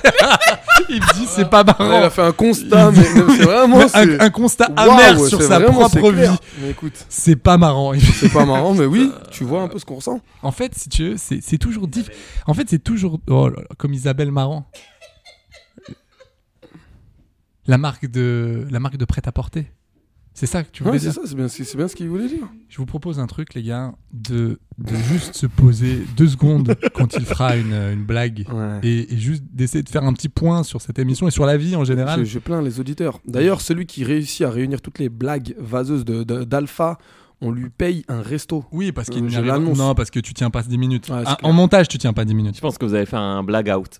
Speaker 9: Il me dit c'est pas
Speaker 7: Ouais, il
Speaker 9: marrant.
Speaker 7: a fait un constat, mais non, mais c'est vraiment.
Speaker 9: Ah Un,
Speaker 7: c'est-
Speaker 9: un constat
Speaker 7: Waouh,
Speaker 9: amer
Speaker 7: ouais,
Speaker 9: sur
Speaker 7: c'est
Speaker 9: sa
Speaker 7: vraiment, c'est
Speaker 9: propre
Speaker 7: clair.
Speaker 9: vie.
Speaker 7: Mais écoute,
Speaker 9: C'est pas marrant.
Speaker 7: c'est pas marrant, mais oui, tu vois un peu ce qu'on ressent.
Speaker 9: En fait, si tu veux, c'est c'est toujours diff. En fait, c'est toujours. Oh là là, comme Isabelle Marant. La marque de, la marque de prêt-à-porter. C'est ça que tu voulais
Speaker 7: Ouais,
Speaker 9: dire
Speaker 7: c'est ça, c'est bien, c'est- c'est bien ce qu'il voulait dire.
Speaker 9: Je vous propose un truc, les gars, de, de juste se poser deux secondes quand il fera une, une blague
Speaker 7: Ouais.
Speaker 9: et, et juste d'essayer de faire un petit point sur cette émission et sur la vie en
Speaker 7: Je,
Speaker 9: général.
Speaker 7: je plains les auditeurs. D'ailleurs, celui qui réussit à réunir toutes les blagues vaseuses de- de- d'Alpha, on lui paye un resto.
Speaker 9: Oui, parce qu'il
Speaker 7: Euh,
Speaker 9: n'y
Speaker 7: je
Speaker 9: arrive-
Speaker 7: l'annonce.
Speaker 9: Non, parce que tu tiens pas 10 minutes.
Speaker 7: Ouais, c'est
Speaker 9: Ah,
Speaker 7: clair.
Speaker 9: en montage, tu tiens pas 10 minutes.
Speaker 6: Je pense que vous allez faire un blagout.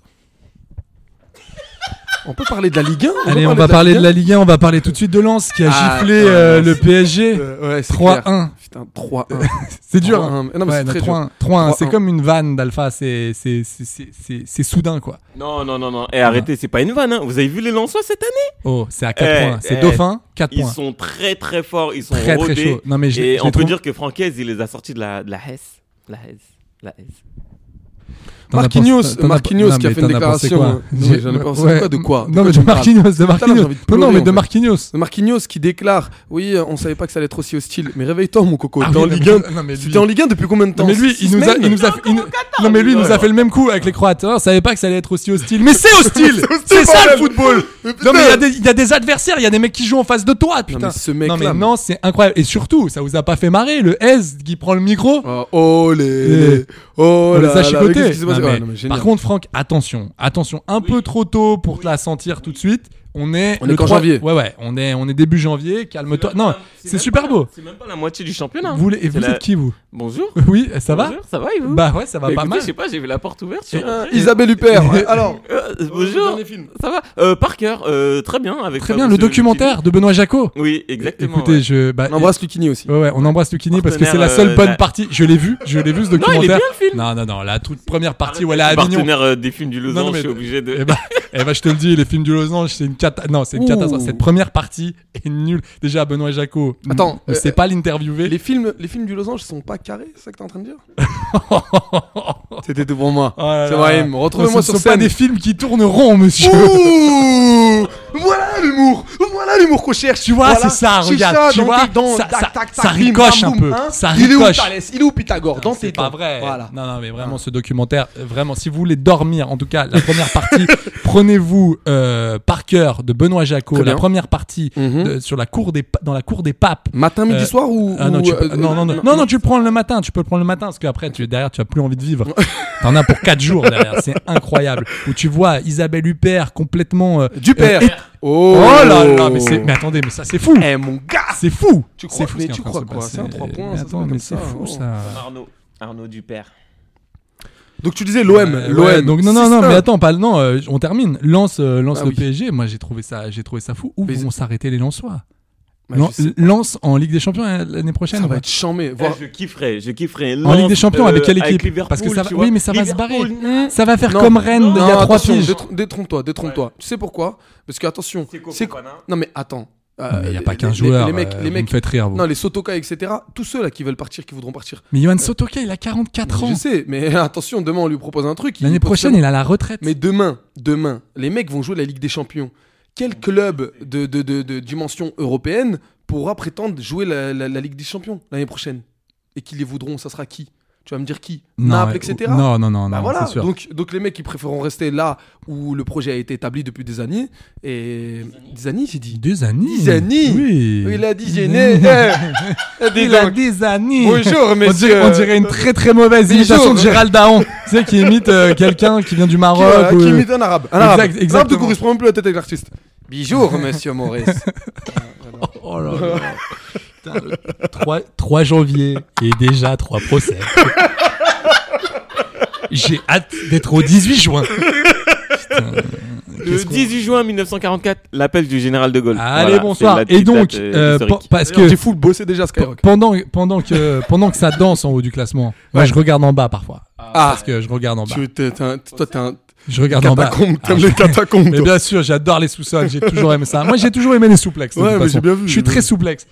Speaker 7: On peut parler de la Ligue 1
Speaker 9: Allez, on va parler de la Ligue 1, on va parler tout de suite de Lens qui a
Speaker 7: Ah,
Speaker 9: giflé
Speaker 7: ouais,
Speaker 9: euh,
Speaker 7: non,
Speaker 9: le
Speaker 7: c'est-
Speaker 9: PSG.
Speaker 7: Euh, ouais, c'est clair.
Speaker 9: 3-1.
Speaker 7: Putain, 3-1.
Speaker 9: C'est dur. hein.
Speaker 7: 3-1. Non, mais
Speaker 9: Ouais,
Speaker 7: c'est
Speaker 9: non,
Speaker 7: très dur.
Speaker 9: 3-1. 3-1, c'est
Speaker 7: 3-1.
Speaker 9: comme une vanne d'Alpha, c'est c'est- c'est- c'est- c'est- c'est soudain quoi.
Speaker 6: Non, non, non, non. Et arrêtez, c'est pas une vanne. hein. Vous avez vu les Lensois cette année
Speaker 9: Oh, c'est à 4
Speaker 6: Eh,
Speaker 9: points. C'est
Speaker 6: eh,
Speaker 9: Dauphin, 4
Speaker 6: Ils
Speaker 9: points.
Speaker 6: sont très, très forts. Ils sont
Speaker 9: Très très
Speaker 6: rodés.
Speaker 9: chaud. Non mais je-
Speaker 6: Et
Speaker 9: je
Speaker 6: on
Speaker 9: les
Speaker 6: peut
Speaker 9: trouve-
Speaker 6: dire que Franquez, il les a sortis de la, de la Hesse. La Hesse. La Hesse.
Speaker 9: T'en as
Speaker 7: Marquinhos,
Speaker 9: pensé- t'en as-
Speaker 7: Marquinhos
Speaker 9: non,
Speaker 7: qui a
Speaker 9: mais
Speaker 7: fait une
Speaker 9: t'en as pensé
Speaker 7: déclaration,
Speaker 9: quoi
Speaker 7: hein. Non,
Speaker 9: J'ai-
Speaker 7: mais j'en ai pensé
Speaker 9: ouais,
Speaker 7: quoi, de quoi De
Speaker 9: Non, mais
Speaker 7: quoi
Speaker 9: de
Speaker 7: tu me parles
Speaker 9: Marquinhos, de
Speaker 7: Putain, j'ai
Speaker 9: Marquinhos.
Speaker 7: envie de
Speaker 9: Non, non,
Speaker 7: pleurer,
Speaker 9: mais
Speaker 7: en
Speaker 9: de
Speaker 7: fait.
Speaker 9: Marquinhos.
Speaker 7: Marquinhos qui déclare Oui, euh, on savait pas que ça allait être aussi hostile. Mais réveille-toi, mon coco.
Speaker 9: Ah
Speaker 7: T'es
Speaker 9: oui,
Speaker 7: en
Speaker 9: mais-
Speaker 7: Ligue 1.
Speaker 9: non, mais lui-
Speaker 7: T'es en Ligue 1 depuis combien de temps
Speaker 9: Non, mais lui,
Speaker 7: Six
Speaker 9: il nous a,
Speaker 7: semaines
Speaker 9: il nous a fait, il nous- non, mais lui, il nous a fait le même coup avec les Croates. On savait pas que ça allait être aussi hostile. Mais c'est hostile! C'est ça le football! Non, mais il y a des- il y, a des adversaires, il y a des mecs qui jouent en face de toi, putain!
Speaker 7: mais ce mec-là,
Speaker 9: Non, mais
Speaker 7: mais-
Speaker 9: non, c'est incroyable. Et surtout, ça vous a pas fait marrer, le Hez qui prend le micro.
Speaker 7: Ah, Oh les.
Speaker 9: Et-
Speaker 7: Oh
Speaker 9: Eh. on
Speaker 7: là
Speaker 9: les a
Speaker 7: là, mais
Speaker 9: chicotés.
Speaker 7: qu'est-ce qui s'est passé
Speaker 9: Non, mais-
Speaker 7: Ah, non, mais génial.
Speaker 9: Par contre, Franck, attention, attention, un peu trop tôt pour te la sentir tout de suite. On est,
Speaker 7: On
Speaker 9: le
Speaker 7: est qu'en
Speaker 9: 3
Speaker 7: janvier.
Speaker 9: Ouais, ouais, on est, on est début janvier. Calme-toi. Non, c'est super beau.
Speaker 6: C'est même pas la moitié du championnat.
Speaker 9: Vous, voulez- et vous
Speaker 6: C'est la-
Speaker 9: êtes qui vous
Speaker 6: Bonjour.
Speaker 9: Oui, ça va
Speaker 6: Bonjour, ça va et vous
Speaker 9: Bah ouais, ça va
Speaker 6: Bah,
Speaker 9: pas
Speaker 6: écoutez,
Speaker 9: mal.
Speaker 6: Je sais pas, j'ai vu la porte ouverte. je suis
Speaker 7: Ah,
Speaker 6: rentré.
Speaker 7: Isabelle Huppert. ouais, Alors.
Speaker 6: Euh, bonjour.
Speaker 7: dernier film.
Speaker 6: Ça va euh, Parker, euh, très bien. Avec
Speaker 9: Très
Speaker 6: Fabrice
Speaker 9: bien, le
Speaker 6: Lucchini.
Speaker 9: documentaire de Benoît Jacot.
Speaker 6: Oui, exactement.
Speaker 9: Écoutez,
Speaker 6: ouais.
Speaker 9: je. bah,
Speaker 7: On embrasse Lucini aussi.
Speaker 9: et- Ouais, ouais, on embrasse Lucini parce que c'est la
Speaker 6: Partenaire,
Speaker 9: seule
Speaker 6: euh,
Speaker 9: bonne
Speaker 6: la-
Speaker 9: partie. Je l'ai vu, je l'ai vu ce
Speaker 6: Non, il est
Speaker 9: documentaire.
Speaker 6: bien le film. Ah,
Speaker 9: Non, non, non, la toute première partie où elle est à Avignon.
Speaker 6: Partenaire euh, des films du
Speaker 9: Non, non,
Speaker 6: Lausanne,
Speaker 9: mais-
Speaker 6: je suis obligé de.
Speaker 9: Eh bah, eh bah, je te le dis, les films du losange, c'est une cata... non, c'est une
Speaker 7: Ouh.
Speaker 9: catastrophe. Cette première partie est nulle. Déjà, Benoît Jacot, n-
Speaker 7: Attends,
Speaker 9: ne
Speaker 7: euh,
Speaker 9: sait pas l'interviewer.
Speaker 7: Les films, les films du losange sont pas carrés, c'est ça que t'es en train de dire C'était devant moi.
Speaker 9: Oh là
Speaker 7: c'est
Speaker 9: là.
Speaker 7: vrai, retrouvez-moi
Speaker 9: Ce
Speaker 7: sur
Speaker 9: sont pas
Speaker 7: scène.
Speaker 9: des films qui tournent rond, monsieur.
Speaker 7: Ouh Voilà l'humour Voilà l'humour qu'on cherche
Speaker 9: Tu vois, c'est ça,
Speaker 7: C'est
Speaker 9: regarde,
Speaker 7: ça,
Speaker 9: tu
Speaker 7: dans
Speaker 9: vois,
Speaker 7: tes dents,
Speaker 9: ça-
Speaker 7: tac,
Speaker 9: ça-
Speaker 7: tac,
Speaker 9: ça
Speaker 7: tac, bim,
Speaker 9: ricoche
Speaker 7: bam,
Speaker 9: un
Speaker 7: boum,
Speaker 9: peu,
Speaker 7: hein.
Speaker 9: ça
Speaker 7: Il est où
Speaker 9: ricoche.
Speaker 7: Thalès Il est où Pythagore Dans tes
Speaker 9: C'est pas
Speaker 7: dents.
Speaker 9: vrai.
Speaker 7: Voilà. Ah.
Speaker 9: Non, non, mais vraiment, ce documentaire, euh, vraiment, si vous voulez dormir, en tout cas, la première partie, prenez-vous euh, par cœur de Benoît Jacot,
Speaker 7: Très
Speaker 9: la
Speaker 7: bien.
Speaker 9: première partie
Speaker 7: Mhm.
Speaker 9: de- sur la cour des, pa- dans la cour des papes.
Speaker 7: Matin, midi,
Speaker 9: Euh,
Speaker 7: soir ou.
Speaker 9: Ah non,
Speaker 7: ou,
Speaker 9: tu
Speaker 7: euh,
Speaker 9: peux- non, non, non, non, non, tu le prends le matin, tu peux le prendre le matin parce qu'après, tu, derrière, tu as plus envie de vivre. T'en as pour 4 jours derrière, c'est incroyable. Où tu vois Isabelle Huppert complètement. euh,
Speaker 7: Du père
Speaker 9: euh, et-
Speaker 7: Oh,
Speaker 9: oh, là là, mais, c'est- mais attendez, mais ça c'est fou!
Speaker 7: Eh mon gars
Speaker 9: C'est fou!
Speaker 7: Tu crois-
Speaker 9: C'est fou
Speaker 7: mais
Speaker 9: ce qui est
Speaker 7: tu
Speaker 9: en train
Speaker 7: crois
Speaker 9: de se
Speaker 7: quoi C'est un
Speaker 9: passer.
Speaker 7: trois points,
Speaker 9: Mais
Speaker 7: ça
Speaker 9: attends,
Speaker 7: s'appelle
Speaker 9: mais
Speaker 7: ça.
Speaker 9: c'est fou
Speaker 7: Oh.
Speaker 9: ça!
Speaker 6: Arnaud. Arnaud Dupère.
Speaker 7: Donc tu disais l'OM.
Speaker 9: Euh,
Speaker 7: L'OM.
Speaker 9: ouais, donc non non non
Speaker 7: Six-un.
Speaker 9: mais attends pas non euh, on termine lance euh, lance
Speaker 7: Ah
Speaker 9: le
Speaker 7: oui.
Speaker 9: PSG moi j'ai trouvé ça j'ai trouvé ça fou où
Speaker 7: Mais-
Speaker 9: vont s'arrêter les Lensois
Speaker 7: Bah, je
Speaker 9: Lan-
Speaker 7: sais.
Speaker 9: Lance en Ligue des Champions euh, l'année prochaine
Speaker 7: Ça va
Speaker 9: quoi.
Speaker 7: être chambé.
Speaker 6: Eh,
Speaker 7: Voir-
Speaker 6: je kifferais, je kifferais.
Speaker 9: en Ligue
Speaker 6: Lens,
Speaker 9: des Champions avec
Speaker 6: euh,
Speaker 9: quelle équipe
Speaker 6: Liverpool,
Speaker 9: parce que ça va,
Speaker 6: tu vois.
Speaker 9: oui mais ça va se barrer Eh,
Speaker 6: Liverpool,
Speaker 9: ça va faire
Speaker 7: Non.
Speaker 9: comme Rennes il y a
Speaker 7: Non,
Speaker 9: trois
Speaker 7: attention,
Speaker 9: piges
Speaker 7: détr- Détrompe-toi, détrompe-toi. Tu sais pourquoi Parce que attention, c'est
Speaker 6: C'est
Speaker 7: que-
Speaker 6: quoi
Speaker 7: non mais attends. euh,
Speaker 9: Non, mais il n'y a pas
Speaker 7: les-
Speaker 9: qu'un
Speaker 7: les-
Speaker 9: joueur
Speaker 7: Les mecs,
Speaker 9: euh,
Speaker 7: les
Speaker 9: vous me
Speaker 7: mecs.
Speaker 9: faites rire vous.
Speaker 7: Non, les Sotoka, etc. Tous ceux là qui veulent partir, qui voudront partir.
Speaker 9: mais Johan Sotoka il a 44 ans
Speaker 7: Je sais, mais attention, demain on lui propose un truc. il-
Speaker 9: l'année
Speaker 7: il peut
Speaker 9: prochaine
Speaker 7: faire-
Speaker 9: il a la retraite
Speaker 7: Mais demain, demain, les mecs vont jouer la Ligue des Champions. Quel club de, de, de, de dimension européenne pourra prétendre jouer la, la- la Ligue des Champions l'année prochaine Et qui les voudront, ça sera qui Tu vas me dire qui
Speaker 9: ouais,
Speaker 7: Naples, etc.
Speaker 9: non non non
Speaker 7: Bah
Speaker 9: non
Speaker 7: voilà.
Speaker 9: c'est sûr
Speaker 7: Donc, donc les mecs ils préféreront rester là où le projet a été établi depuis des années et des années j'ai dit.
Speaker 9: des années
Speaker 7: Des années.
Speaker 9: oui
Speaker 7: Il a dit gêné. eh, eh, dis
Speaker 9: Il a
Speaker 7: donc.
Speaker 9: des années.
Speaker 7: Bonjour,
Speaker 9: On dirait,
Speaker 7: messieurs.
Speaker 9: on dirait une très très mauvaise
Speaker 7: Bonjour.
Speaker 9: imitation de Gérald Daon. tu sais, qui imite euh, quelqu'un qui vient du
Speaker 7: Qui,
Speaker 9: Maroc.
Speaker 7: voilà,
Speaker 9: ou-
Speaker 7: qui imite un arabe. Un
Speaker 9: Exact-
Speaker 7: arabe. Un arabe ne
Speaker 9: exactement.
Speaker 7: correspond même plus à la tête de l'artiste. Bonjour monsieur Maurice.
Speaker 9: Oh là là. Putain, le 3, 3 janvier et déjà 3 procès. J'ai hâte d'être au 18 juin. Putain,
Speaker 6: Le
Speaker 9: qu'est-ce qu'on-
Speaker 6: 18 juin 1944, l'appel du général de Gaulle.
Speaker 9: Allez,
Speaker 6: Voilà,
Speaker 9: bonsoir.
Speaker 6: c'est la
Speaker 9: Et
Speaker 6: petite
Speaker 9: donc,
Speaker 6: date, euh,
Speaker 9: euh,
Speaker 6: historique.
Speaker 9: pe- parce que
Speaker 7: T'es fou de bosser déjà Skyrock.
Speaker 9: pendant, pendant, que, pendant que ça danse en haut du classement, moi je regarde en bas parfois.
Speaker 7: Ah,
Speaker 9: Parce que je regarde en bas.
Speaker 7: tu, t'es- t'es un- toi t'es un,
Speaker 9: Je regarde en bas.
Speaker 7: Catacombes,
Speaker 9: bah. Ah,
Speaker 7: t'aimes les catacombes.
Speaker 9: Mais
Speaker 7: toi.
Speaker 9: bien sûr, j'adore les sous-sols, j'ai toujours aimé ça. Moi, j'ai toujours aimé les souplexes. de
Speaker 7: Ouais,
Speaker 9: toute
Speaker 7: mais
Speaker 9: façon.
Speaker 7: j'ai bien vu,
Speaker 9: Je suis
Speaker 7: j'ai
Speaker 9: très
Speaker 7: vu.
Speaker 9: souplex.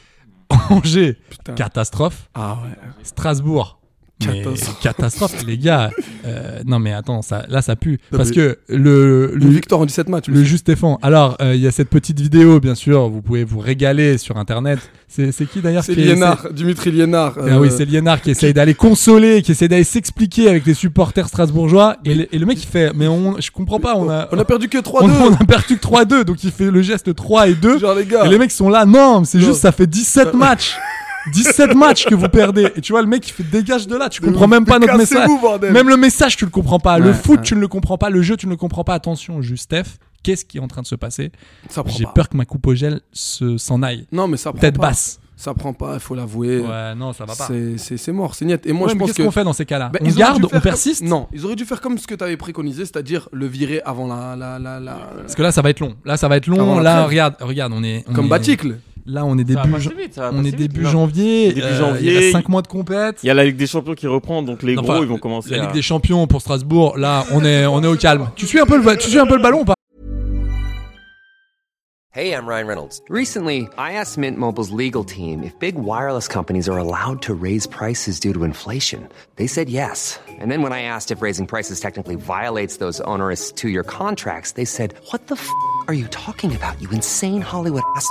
Speaker 9: Angers,
Speaker 7: Putain.
Speaker 9: catastrophe.
Speaker 7: Ah ouais.
Speaker 9: Strasbourg, mais
Speaker 7: Catastrophe.
Speaker 9: catastrophe, les gars. Euh, non, mais attends, ça, là, ça pue.
Speaker 7: Non,
Speaker 9: Parce
Speaker 7: mais-
Speaker 9: que le,
Speaker 7: Une
Speaker 9: le,
Speaker 7: victoire en 17 matchs.
Speaker 9: le juste défend. Alors, euh, il y a cette petite vidéo, bien sûr, vous pouvez vous régaler sur Internet. C'est c'est qui d'ailleurs
Speaker 7: C'est
Speaker 9: qui est-
Speaker 7: Liénard, Euh, Dimitri Liénard.
Speaker 9: Ah oui, c'est Liénard qui essaye d'aller consoler, qui essaye d'aller s'expliquer avec des supporters strasbourgeois. Et le, et le mec, il fait Mais on, je comprends pas, on a,
Speaker 7: on a perdu que
Speaker 9: on, on
Speaker 7: 3-2.
Speaker 9: a perdu que 3-2. Donc il fait le geste 3 et 2.
Speaker 7: Genre, les gars.
Speaker 9: Et les mecs sont là Non, mais c'est
Speaker 7: Non.
Speaker 9: juste, ça fait 17 matchs. 17 matchs que vous perdez. Et tu vois, le mec, il fait Dégage de là, tu comprends même pas notre
Speaker 7: Cassez-vous,
Speaker 9: message.
Speaker 7: bordel.
Speaker 9: Même le message, tu le comprends pas. le
Speaker 7: Ouais,
Speaker 9: foot,
Speaker 7: ouais.
Speaker 9: tu ne le comprends pas. Le jeu, tu ne le comprends pas. Attention, Justef, qu'est-ce qui est en train de se passer
Speaker 7: Ça prend
Speaker 9: J'ai
Speaker 7: pas.
Speaker 9: peur que ma coupe au gel se- s'en aille.
Speaker 7: Non, mais ça prend
Speaker 9: Tête
Speaker 7: pas.
Speaker 9: basse.
Speaker 7: Ça prend pas, il faut l'avouer.
Speaker 9: Ouais, non, ça va pas.
Speaker 7: C'est- C'est c'est mort, c'est niet. Et moi,
Speaker 9: Ouais,
Speaker 7: je
Speaker 9: mais
Speaker 7: pense
Speaker 9: qu'est-ce
Speaker 7: que.
Speaker 9: qu'on fait dans ces cas-là
Speaker 7: Ben,
Speaker 9: On
Speaker 7: ils auraient dû
Speaker 9: garde, on
Speaker 7: faire comme-
Speaker 9: persiste
Speaker 7: Non, ils auraient dû faire comme ce que tu avais préconisé, c'est-à-dire le virer avant la. la, la, la-
Speaker 9: Parce que Mm. là, ça va être long. Là, ça va être long.
Speaker 7: Avant la
Speaker 9: Là,
Speaker 7: trêve.
Speaker 9: regarde, regarde, on est. on
Speaker 7: Comme
Speaker 9: est-
Speaker 7: Baticle.
Speaker 9: Là, on est
Speaker 6: Ça va
Speaker 9: début,
Speaker 6: pas
Speaker 9: jan-
Speaker 6: si vite, ça va pas
Speaker 9: on est
Speaker 6: si vite,
Speaker 9: début
Speaker 6: là.
Speaker 9: janvier. euh,
Speaker 6: Début
Speaker 9: Il y
Speaker 6: janvier,
Speaker 9: a 5 mois de compète.
Speaker 6: Il y a la Ligue des Champions qui reprend, donc les
Speaker 9: Non,
Speaker 6: gros,
Speaker 9: enfin,
Speaker 6: ils vont commencer.
Speaker 9: La
Speaker 6: à-
Speaker 9: Ligue des Champions pour Strasbourg. Là, on est, on est au calme. Tu suis un peu le, ba- tu suis un peu le ballon ou pas
Speaker 2: Hey, I'm Ryan Reynolds. Recently, I asked Mint Mobile's legal team if big wireless companies are allowed to raise prices due to inflation. They said yes. And then when I asked if raising prices technically violates those onerous two year contracts, they said, What the f are you talking about, you insane Hollywood ass? f-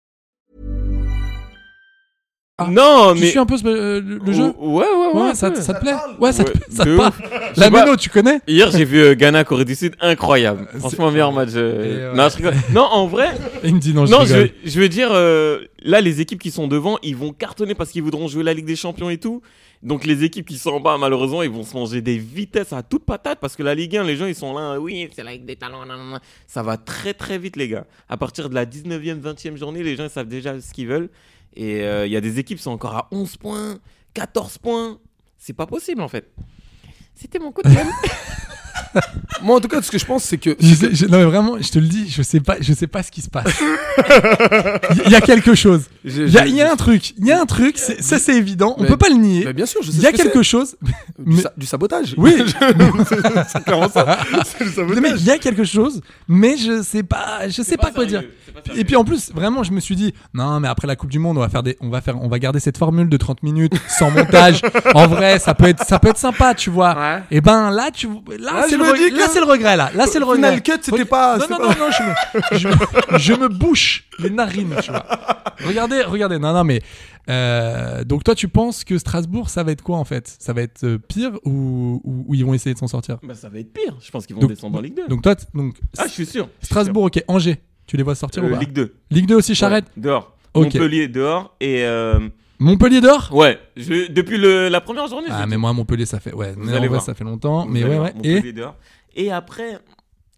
Speaker 6: Non,
Speaker 9: Tu
Speaker 6: mais. Oh,
Speaker 9: suis un peu ce- euh, le, le jeu
Speaker 6: Ouais, ouais, ouais.
Speaker 9: Ouais, ça, ça te plaît Ouais, ça te,
Speaker 6: Ouais,
Speaker 9: ça te
Speaker 6: de
Speaker 9: parle.
Speaker 6: ouf.
Speaker 9: La
Speaker 6: sais pas.
Speaker 9: Méno, tu connais
Speaker 6: Hier, j'ai vu euh, Ghana, Corée du Sud, incroyable. Franchement, meilleur match. euh,
Speaker 9: Et ouais.
Speaker 6: Non, je rigole. Non, en vrai,
Speaker 9: Il me dit non, je
Speaker 6: non, Oh, je,
Speaker 9: rigole.
Speaker 6: veux- je veux dire, euh, là, les équipes qui sont devant, ils vont cartonner parce qu'ils voudront jouer la Ligue des Champions et tout. Donc, les équipes qui sont en bas, malheureusement, ils vont se manger des vitesses à toute patate parce que la Ligue 1, les gens, ils sont là, euh, oui, c'est la Ligue des talents, nan, nan, nan. Ça va très, très vite, les gars. À partir de la 19e, 20e journée, les gens, ils savent déjà ce qu'ils veulent. Et euh, il y a des équipes qui sont encore à 11 points, 14 points. C'est pas possible, en fait. C'était mon coup de gueule.
Speaker 7: Moi, en tout cas, ce que je pense, c'est que.
Speaker 9: Je sais- je- non mais vraiment, je te le dis, je sais pas, je sais pas ce qui se passe. Il y a quelque chose.
Speaker 7: J'ai-
Speaker 9: Il y, a-
Speaker 7: j'ai-
Speaker 9: il y a un truc. Il y a un truc. c'est- Ça c'est évident. On
Speaker 7: Mais-
Speaker 9: peut pas le nier.
Speaker 7: Mais bien sûr, je sais
Speaker 9: Il y a
Speaker 7: ce que
Speaker 9: quelque
Speaker 7: Bah, c'est.
Speaker 9: chose.
Speaker 7: Du,
Speaker 9: mais-
Speaker 7: sa- du sabotage.
Speaker 9: Oui.
Speaker 7: c'est clairement ça. C'est le
Speaker 9: Mais
Speaker 7: sabotage.
Speaker 9: il y a quelque chose, mais je sais pas, je sais pas, quoi dire. Et puis en plus, vraiment, je me suis dit, non, mais après la Coupe du Monde, on va faire des, on va faire, on va garder cette formule de 30 minutes sans montage. en vrai, ça peut être, ça peut être sympa, tu vois.
Speaker 7: Ouais.
Speaker 9: Et ben là, tu, là,
Speaker 7: Ah,
Speaker 9: c'est
Speaker 7: je
Speaker 9: le,
Speaker 7: me
Speaker 9: reg-
Speaker 7: dis
Speaker 9: là,
Speaker 7: que-
Speaker 9: c'est le regret, là. Là, c'est le regret.
Speaker 7: Final cut, c'était
Speaker 9: Reg-
Speaker 7: pas-
Speaker 9: Non,
Speaker 7: c'était
Speaker 9: non,
Speaker 7: pas-
Speaker 9: non, non, je me, je, me- je me bouche les narines, tu vois. Regardez, regardez, non, non, mais. euh, donc toi, tu penses que Strasbourg, ça va être quoi en fait Ça va être euh, pire ou, ou, ou ils vont essayer de s'en sortir
Speaker 6: Bah, ça va être pire. Je pense qu'ils vont
Speaker 9: Donc-
Speaker 6: descendre en Ligue 2.
Speaker 9: Donc toi, t- donc
Speaker 6: ah, je suis sûr. Je suis
Speaker 9: Strasbourg, ok, Angers, tu les vois sortir
Speaker 6: sûr. Euh,
Speaker 9: ou pas
Speaker 6: Ligue 2.
Speaker 9: Ligue 2 aussi, Charrette.
Speaker 6: Ouais, dehors.
Speaker 9: Ok.
Speaker 6: Montpellier dehors et euh,
Speaker 9: Montpellier dehors
Speaker 6: ouais, je, depuis le, la première journée.
Speaker 9: Ah,
Speaker 6: je
Speaker 9: mais
Speaker 6: dis.
Speaker 9: moi, Montpellier, ça fait. Ouais, mais en
Speaker 6: allez
Speaker 9: vrai,
Speaker 6: voir.
Speaker 9: ça fait longtemps.
Speaker 6: Vous
Speaker 9: Mais
Speaker 6: allez
Speaker 9: ouais,
Speaker 6: voir,
Speaker 9: ouais.
Speaker 6: Montpellier
Speaker 9: Et
Speaker 6: dehors. Et après,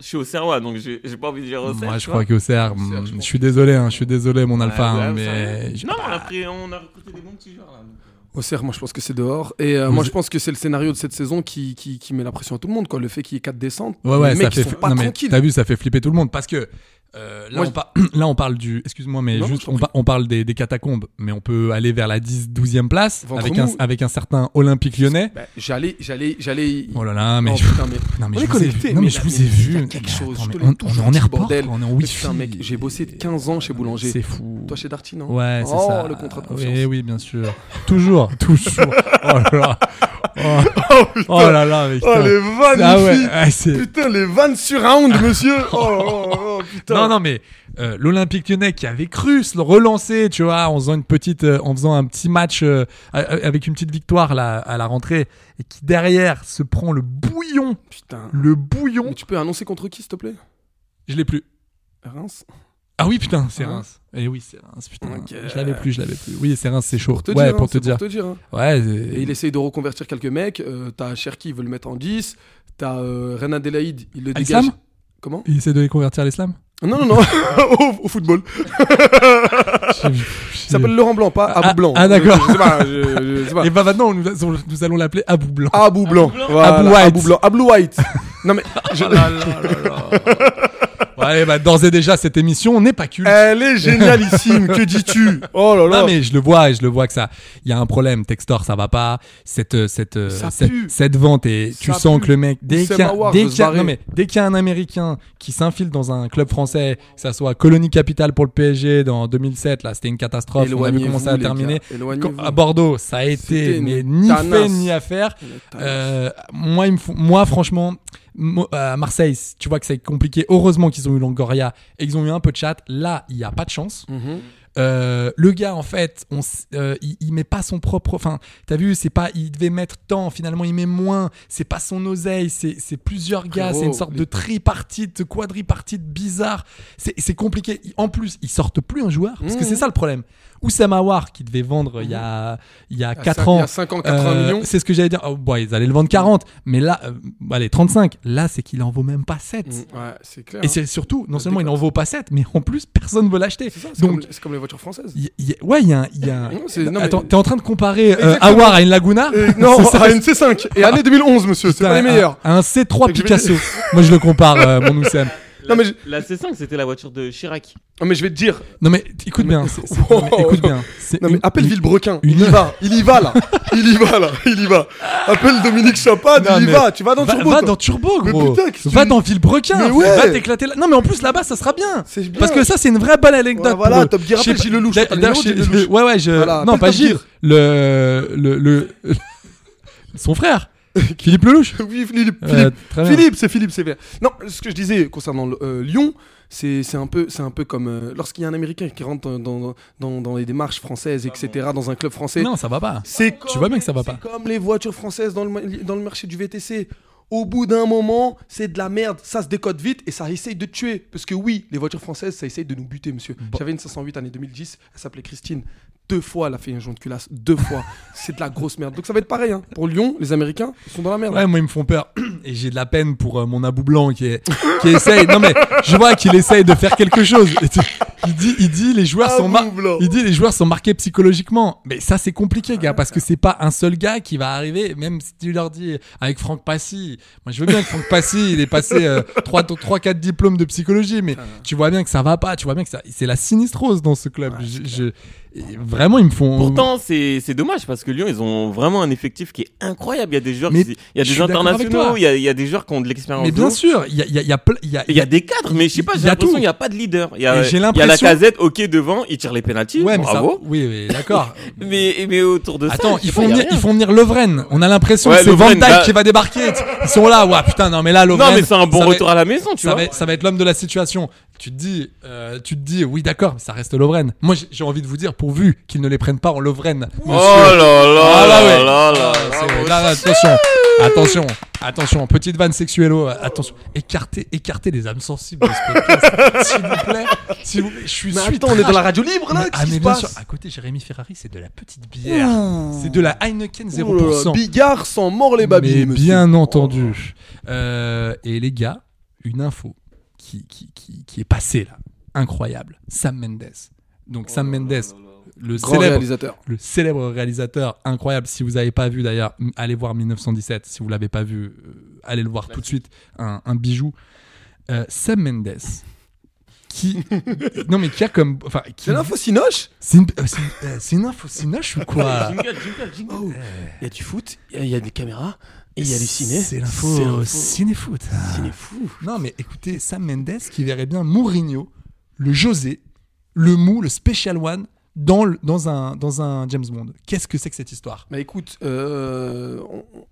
Speaker 6: je suis au Serrois, donc j'ai j'ai pas envie de dire au
Speaker 9: moi,
Speaker 6: Serrois,
Speaker 9: je
Speaker 6: tu
Speaker 9: crois
Speaker 6: vois.
Speaker 9: que Auxerre, mm, je suis désolé, hein, je suis désolé, mon alpha,
Speaker 6: Ouais,
Speaker 9: hein,
Speaker 6: ouais, ça va.
Speaker 9: mais. j'ai
Speaker 6: Non,
Speaker 9: pas-
Speaker 6: on a, pris- on a recruté des bons petits joueurs là. donc, euh,
Speaker 7: Auxerre, moi je pense que c'est dehors. Et euh, moi je pense que c'est le scénario de cette saison qui, qui, qui met la pression à tout le monde. Quoi. Le fait qu'il y ait 4 descentes,
Speaker 9: Ouais, ouais,
Speaker 7: les
Speaker 9: ça
Speaker 7: mecs
Speaker 9: fait.
Speaker 7: ils sont pas
Speaker 9: non, mais
Speaker 7: tranquilles.
Speaker 9: T'as vu, ça fait flipper tout le monde parce que. euh, là,
Speaker 7: Moi,
Speaker 9: on
Speaker 7: je-
Speaker 9: par- là, on parle du. Excuse-moi, mais
Speaker 7: Non,
Speaker 9: juste,
Speaker 7: je t'en
Speaker 9: on, par- on parle des, des catacombes, mais on peut aller vers la 10, 12e place
Speaker 7: Ventre
Speaker 9: avec un,
Speaker 7: mou.
Speaker 9: avec un certain Olympique lyonnais.
Speaker 7: Bah, j'allais, j'allais, j'allais. y-
Speaker 9: Oh là là, mais.
Speaker 7: Oh, putain, mais-
Speaker 9: Non, mais
Speaker 7: on
Speaker 9: je
Speaker 7: est
Speaker 9: vous ai vu.
Speaker 7: connecté,
Speaker 9: Non, mais
Speaker 7: mais
Speaker 9: je
Speaker 7: là,
Speaker 9: vous
Speaker 7: mais
Speaker 9: ai
Speaker 7: il y a
Speaker 9: vu.
Speaker 7: quelque
Speaker 9: Mais
Speaker 7: chose,
Speaker 9: attends,
Speaker 7: je te
Speaker 9: mais on-
Speaker 7: l'ai toujours
Speaker 9: On est en
Speaker 7: dit,
Speaker 9: airport,
Speaker 7: bordel.
Speaker 9: on est en
Speaker 7: Putain,
Speaker 9: wifi.
Speaker 7: mec, j'ai bossé 15 ans chez Boulanger.
Speaker 9: C'est fou.
Speaker 7: Toi chez Darty, non
Speaker 9: Ouais, c'est
Speaker 7: Oh,
Speaker 9: ça.
Speaker 7: le contrat de confiance.
Speaker 9: oui, oui, bien sûr. toujours, toujours. Oh là là. Oh, oh là là, mais
Speaker 7: Oh,
Speaker 9: putain.
Speaker 7: les vannes,
Speaker 9: Ah
Speaker 7: les
Speaker 9: ouais,
Speaker 7: filles.
Speaker 9: ouais, c'est-
Speaker 7: Putain, les vannes surround, monsieur Oh, oh, oh, putain
Speaker 9: Non, non, mais euh, l'Olympique lyonnais qui avait cru se le relancer, tu vois, en faisant, une petite, euh, en faisant un petit match euh, a- a- avec une petite victoire là, à la rentrée, et qui derrière se prend le bouillon,
Speaker 7: Putain.
Speaker 9: le bouillon.
Speaker 7: Mais tu peux annoncer contre qui, s'il te plaît
Speaker 9: Je l'ai plus.
Speaker 7: Reims
Speaker 9: Ah oui, putain, c'est
Speaker 7: Hein
Speaker 9: Reims. Et oui, c'est Reims, putain.
Speaker 7: Ok.
Speaker 9: Je l'avais plus, je l'avais plus. Oui, c'est Reims, c'est chaud.
Speaker 7: Pour te
Speaker 9: ouais,
Speaker 7: dire,
Speaker 9: pour
Speaker 7: hein,
Speaker 9: te
Speaker 7: c'est
Speaker 9: dire.
Speaker 7: Pour te dire hein.
Speaker 9: Ouais,
Speaker 7: Et il essaye de reconvertir quelques mecs. euh, t'as Cherki, il veut le mettre en 10. T'as euh, Renan Adélaïde, il le
Speaker 9: Islam
Speaker 7: dégage. Comment Ah,
Speaker 9: il essaie de les convertir à l'islam
Speaker 7: Non, non, non, au, au football. Il s'appelle Laurent Blanc, pas Abou
Speaker 9: Ah,
Speaker 7: Blanc.
Speaker 9: ah, d'accord.
Speaker 7: Je, je sais pas, je- je sais pas.
Speaker 9: Et bah maintenant, nous, nous allons l'appeler Abou
Speaker 7: Ah.
Speaker 9: Blanc.
Speaker 7: Abou Blanc. Oh
Speaker 9: Abou
Speaker 7: Voilà,
Speaker 9: White.
Speaker 7: Abou Blanc. Abou White. non mais, je-
Speaker 9: là là là là. Allez, bah, d'ores et déjà, cette émission n'est pas culte.
Speaker 7: Elle est génialissime, que dis-tu Oh là là
Speaker 9: Non mais je le vois et je le vois que ça, il y a un problème. Textor, ça va pas. Cette euh, cette euh,
Speaker 7: Ça
Speaker 9: cette,
Speaker 7: pue.
Speaker 9: cette vente et tu
Speaker 7: Ça
Speaker 9: sens
Speaker 7: pue.
Speaker 9: que le mec dès
Speaker 7: Oussem
Speaker 9: qu'il y a,
Speaker 7: Aouar
Speaker 9: dès
Speaker 7: veut se
Speaker 9: qu'il y a-
Speaker 7: barrer.
Speaker 9: non, mais dès qu'il y a un Américain qui s'infile dans un club français, que ça soit Colonie Capitale pour le PSG dans 2007, là c'était une catastrophe. On a vu
Speaker 7: Éloignez-vous,
Speaker 9: comment ça a
Speaker 7: les gars.
Speaker 9: terminé.
Speaker 7: Éloignez-vous.
Speaker 9: Quand- à Bordeaux, ça a été
Speaker 7: C'était une
Speaker 9: mais ni
Speaker 7: tanasse.
Speaker 9: fait ni à faire. Euh, moi, ils me font- moi, franchement, mo- euh, à Marseille, c- tu vois que c'est compliqué. Heureusement qu'ils ont eu Longoria et qu'ils ont eu un peu de chat. Là, il n'y a pas de chance.
Speaker 7: Mhm.
Speaker 9: Euh, le gars, en fait, on, s- euh, il, il met pas son propre. Enfin, t'as vu, c'est pas. Il devait mettre tant. Finalement, il met moins. C'est pas son oseille. C'est c'est plusieurs gars. C'est une
Speaker 7: Frérot,
Speaker 9: sorte
Speaker 7: les-
Speaker 9: de tripartite, quadripartite bizarre. C'est c'est compliqué. Il- En plus, ils sortent plus un joueur parce
Speaker 7: Mhm.
Speaker 9: que c'est ça le problème. Oussama War qui devait vendre il y a il y a
Speaker 7: cinq-
Speaker 9: 4 ans.
Speaker 7: Mhm. Ah, il y a cinq ans, 80 millions.
Speaker 9: C'est ce que j'allais dire. Oh, bon, ils allaient le vendre 40, mais là, euh, allez, 35. Là, c'est qu'il en vaut même pas 7.
Speaker 7: Ouais, c'est clair.
Speaker 9: Et
Speaker 7: hein.
Speaker 9: c'est surtout, non
Speaker 7: Ça
Speaker 9: seulement il en
Speaker 7: décote.
Speaker 9: vaut pas 7, mais en plus, personne veut l'acheter.
Speaker 7: C'est ça, c'est comme,
Speaker 9: Donc,
Speaker 7: c'est comme les voitures françaises.
Speaker 9: y- y- ouais, il y a un. y a un-
Speaker 7: Non, c'est- non, mais-
Speaker 9: Attends, t'es en train de comparer euh,
Speaker 7: Exactement.
Speaker 9: Awar à une Laguna
Speaker 7: Et Euh, non,
Speaker 9: C'est ça, Ah.
Speaker 7: à une C5 et année 2011, monsieur, c'est pas les
Speaker 9: un-
Speaker 7: meilleurs.
Speaker 9: Un, C3
Speaker 7: Donc, je vais-
Speaker 9: Picasso. Moi, je le compare, euh, mon Oussem.
Speaker 7: Non mais, je...
Speaker 6: La C5, c'était la voiture de Chirac.
Speaker 7: non, mais je vais te dire.
Speaker 9: Non, mais écoute bien. c'est- c'est- non, mais écoute bien. c'est
Speaker 7: Non mais
Speaker 9: une-
Speaker 7: appelle
Speaker 9: une-
Speaker 7: Villebrequin,
Speaker 9: une-
Speaker 7: il y va, il y va là, il y va là, il y va. Appelle Dominique Chapad,
Speaker 9: Non,
Speaker 7: il y
Speaker 9: mais
Speaker 7: va. Tu vas dans
Speaker 9: va,
Speaker 7: Turbo.
Speaker 9: va
Speaker 7: toi.
Speaker 9: dans Turbo,
Speaker 7: Mais
Speaker 9: gros.
Speaker 7: putain, qu'est-ce que
Speaker 9: va
Speaker 7: tu-
Speaker 9: dans Villebrequin.
Speaker 7: Mais ouais.
Speaker 9: Va t'éclater là. Non, mais en plus, là-bas, ça sera bien.
Speaker 7: C'est bien.
Speaker 9: Parce que ça, c'est une vraie bonne anecdote.
Speaker 7: Ouais, voilà,
Speaker 9: pour eux.
Speaker 7: Top Gear,
Speaker 9: Je sais
Speaker 7: appelle
Speaker 9: pas-
Speaker 7: Gilles Lelouch.
Speaker 9: d'a-
Speaker 7: T'as le
Speaker 9: d'ailleurs,
Speaker 7: numéro de
Speaker 9: je-
Speaker 7: Gilles Lelouch
Speaker 9: Ouais, ouais, je.
Speaker 7: Voilà,
Speaker 9: non,
Speaker 7: appelle
Speaker 9: pas
Speaker 7: Top
Speaker 9: Gilles.
Speaker 7: Gear.
Speaker 9: Le, le, le, Son frère. Philippe Lelouch.
Speaker 7: Oui, Philippe.
Speaker 9: Ouais,
Speaker 7: Philippe.
Speaker 9: Euh, très bien.
Speaker 7: Philippe, c'est Philippe, c'est vrai. Non, ce que je disais concernant le- euh, Lyon, c'est c'est un peu, c'est un peu comme euh, lorsqu'il y a un Américain qui rentre dans, dans, dans- dans les démarches françaises, etc., dans un club français.
Speaker 9: Non, ça va pas.
Speaker 7: C'est
Speaker 9: Tu
Speaker 7: comme-
Speaker 9: vois bien que ça va
Speaker 7: c'est
Speaker 9: pas.
Speaker 7: Comme les voitures françaises dans le, ma- dans le marché du VTC. Au bout d'un moment, c'est de la merde, ça se décode vite et ça essaye de tuer. Parce que oui, les voitures françaises, ça essaye de nous buter, monsieur. J'avais une 508 année 2010, elle s'appelait Christine. Deux fois, elle a fait un jonc de culasse. Deux fois. c'est de la grosse merde. Donc ça va être pareil. hein. Pour Lyon, les Américains, ils sont dans la merde.
Speaker 9: Ouais, moi ils me font peur et j'ai de la peine pour euh, mon abou blanc qui, est, qui essaye. Non mais je vois qu'il essaye de faire quelque chose. Et tu- Il dit, il dit les joueurs sont mar-
Speaker 7: Abou Blanc.
Speaker 9: il dit les joueurs sont marqués psychologiquement. Mais ça c'est compliqué gars parce que c'est pas un seul gars qui va arriver. Même si tu leur dis avec Franck Passy, moi je veux bien que Franck Passy il est passé 3 trois quatre diplômes de psychologie, mais
Speaker 7: Ah.
Speaker 9: tu vois bien que ça va pas. Tu vois bien que ça c'est la sinistrose dans ce club. Je- je, et vraiment ils me font.
Speaker 6: Pourtant, c'est c'est dommage parce que Lyon, ils ont vraiment un effectif qui est incroyable. Il y a des joueurs,
Speaker 9: Mais
Speaker 6: qui- il y a
Speaker 9: je
Speaker 6: des
Speaker 9: suis d'accord avec
Speaker 6: internationaux,
Speaker 9: toi.
Speaker 6: il y a, il y a des joueurs qui ont de l'expérience.
Speaker 9: mais
Speaker 6: de
Speaker 9: bien
Speaker 6: ouf.
Speaker 9: sûr, il y a, il y a- il y a ple- il y a-
Speaker 6: Il y a des cadres, mais je sais pas,
Speaker 9: Il y
Speaker 6: j'ai
Speaker 9: a
Speaker 6: l'impression
Speaker 9: tout.
Speaker 6: qu'il n'y a pas de leader. Il y
Speaker 9: Et
Speaker 6: a,
Speaker 9: j'ai
Speaker 6: il y a la
Speaker 9: l'impression-
Speaker 6: casette, ok, devant, il tire les pénalties.
Speaker 9: Ouais, mais ça,
Speaker 6: bravo.
Speaker 9: oui, oui, d'accord.
Speaker 6: Mais, mais autour de ça.
Speaker 9: Attends,
Speaker 6: je
Speaker 9: ils
Speaker 6: sais pas,
Speaker 9: font,
Speaker 6: il y a
Speaker 9: venir,
Speaker 6: rien.
Speaker 9: ils font venir Lovren. On a l'impression
Speaker 6: Ouais,
Speaker 9: que c'est Van
Speaker 6: Lovren,
Speaker 9: Dyke
Speaker 6: là-
Speaker 9: qui va débarquer. Ils sont là, ouais, putain, non, mais là, Lovren.
Speaker 6: Non, mais c'est un bon
Speaker 9: ça va-
Speaker 6: retour à la maison, tu
Speaker 9: ça
Speaker 6: vois.
Speaker 9: va, ça va être l'homme de la situation. Tu te dis, euh, tu te dis, oui, d'accord, mais ça reste Lovren. Moi, j'ai- j'ai envie de vous dire, pourvu qu'ils ne les prennent pas en Lovren.
Speaker 6: Oh là là
Speaker 9: Ah là, ouais.
Speaker 6: là là là.
Speaker 9: Ah, c'est- là, là, attention, attention, attention, petite vanne sexuello, attention, écartez, écartez les âmes sensibles de ce podcast, s'il vous plaît, s'il vous plaît, je suis,
Speaker 7: Mais
Speaker 9: je suis
Speaker 7: attends, on est dans
Speaker 9: trash.
Speaker 7: la radio libre là
Speaker 9: Mais- ah,
Speaker 7: Qu'est-ce
Speaker 9: mais
Speaker 7: qui se
Speaker 9: bien
Speaker 7: passe
Speaker 9: sûr, à côté, Jérémy Ferrari, c'est de la petite bière. C'est de la Heineken
Speaker 7: Oh là là,
Speaker 9: 0%.
Speaker 7: Bigard sans mort les
Speaker 9: mais
Speaker 7: babilles. monsieur. Oh.
Speaker 9: bien entendu. Euh, et les gars, une info qui, qui, qui, qui est passée là. Incroyable. Sam Mendes. Donc Sam Mendes, le
Speaker 7: Grand
Speaker 9: célèbre
Speaker 7: réalisateur.
Speaker 9: le célèbre réalisateur incroyable. Si vous n'avez pas vu d'ailleurs, m- allez voir 1917. Si vous l'avez pas vu, euh, allez le voir tout de suite. Un, un bijou. Euh, Sam Mendes, qui non mais qui a comme enfin qui
Speaker 7: C'est l'info Sinoche
Speaker 9: c'est une euh, c'est une- euh, c'est une info sinoche ou quoi
Speaker 7: Il y a du foot, il y a- il y, a des caméras, et il y a du ciné.
Speaker 9: C'est l'info ciné-foot. Non mais écoutez, Sam Mendes qui verrait bien Mourinho, le José, le Mou, le Special One dans le- dans un dans un James Bond. Qu'est-ce que c'est que cette histoire
Speaker 7: Bah écoute, euh,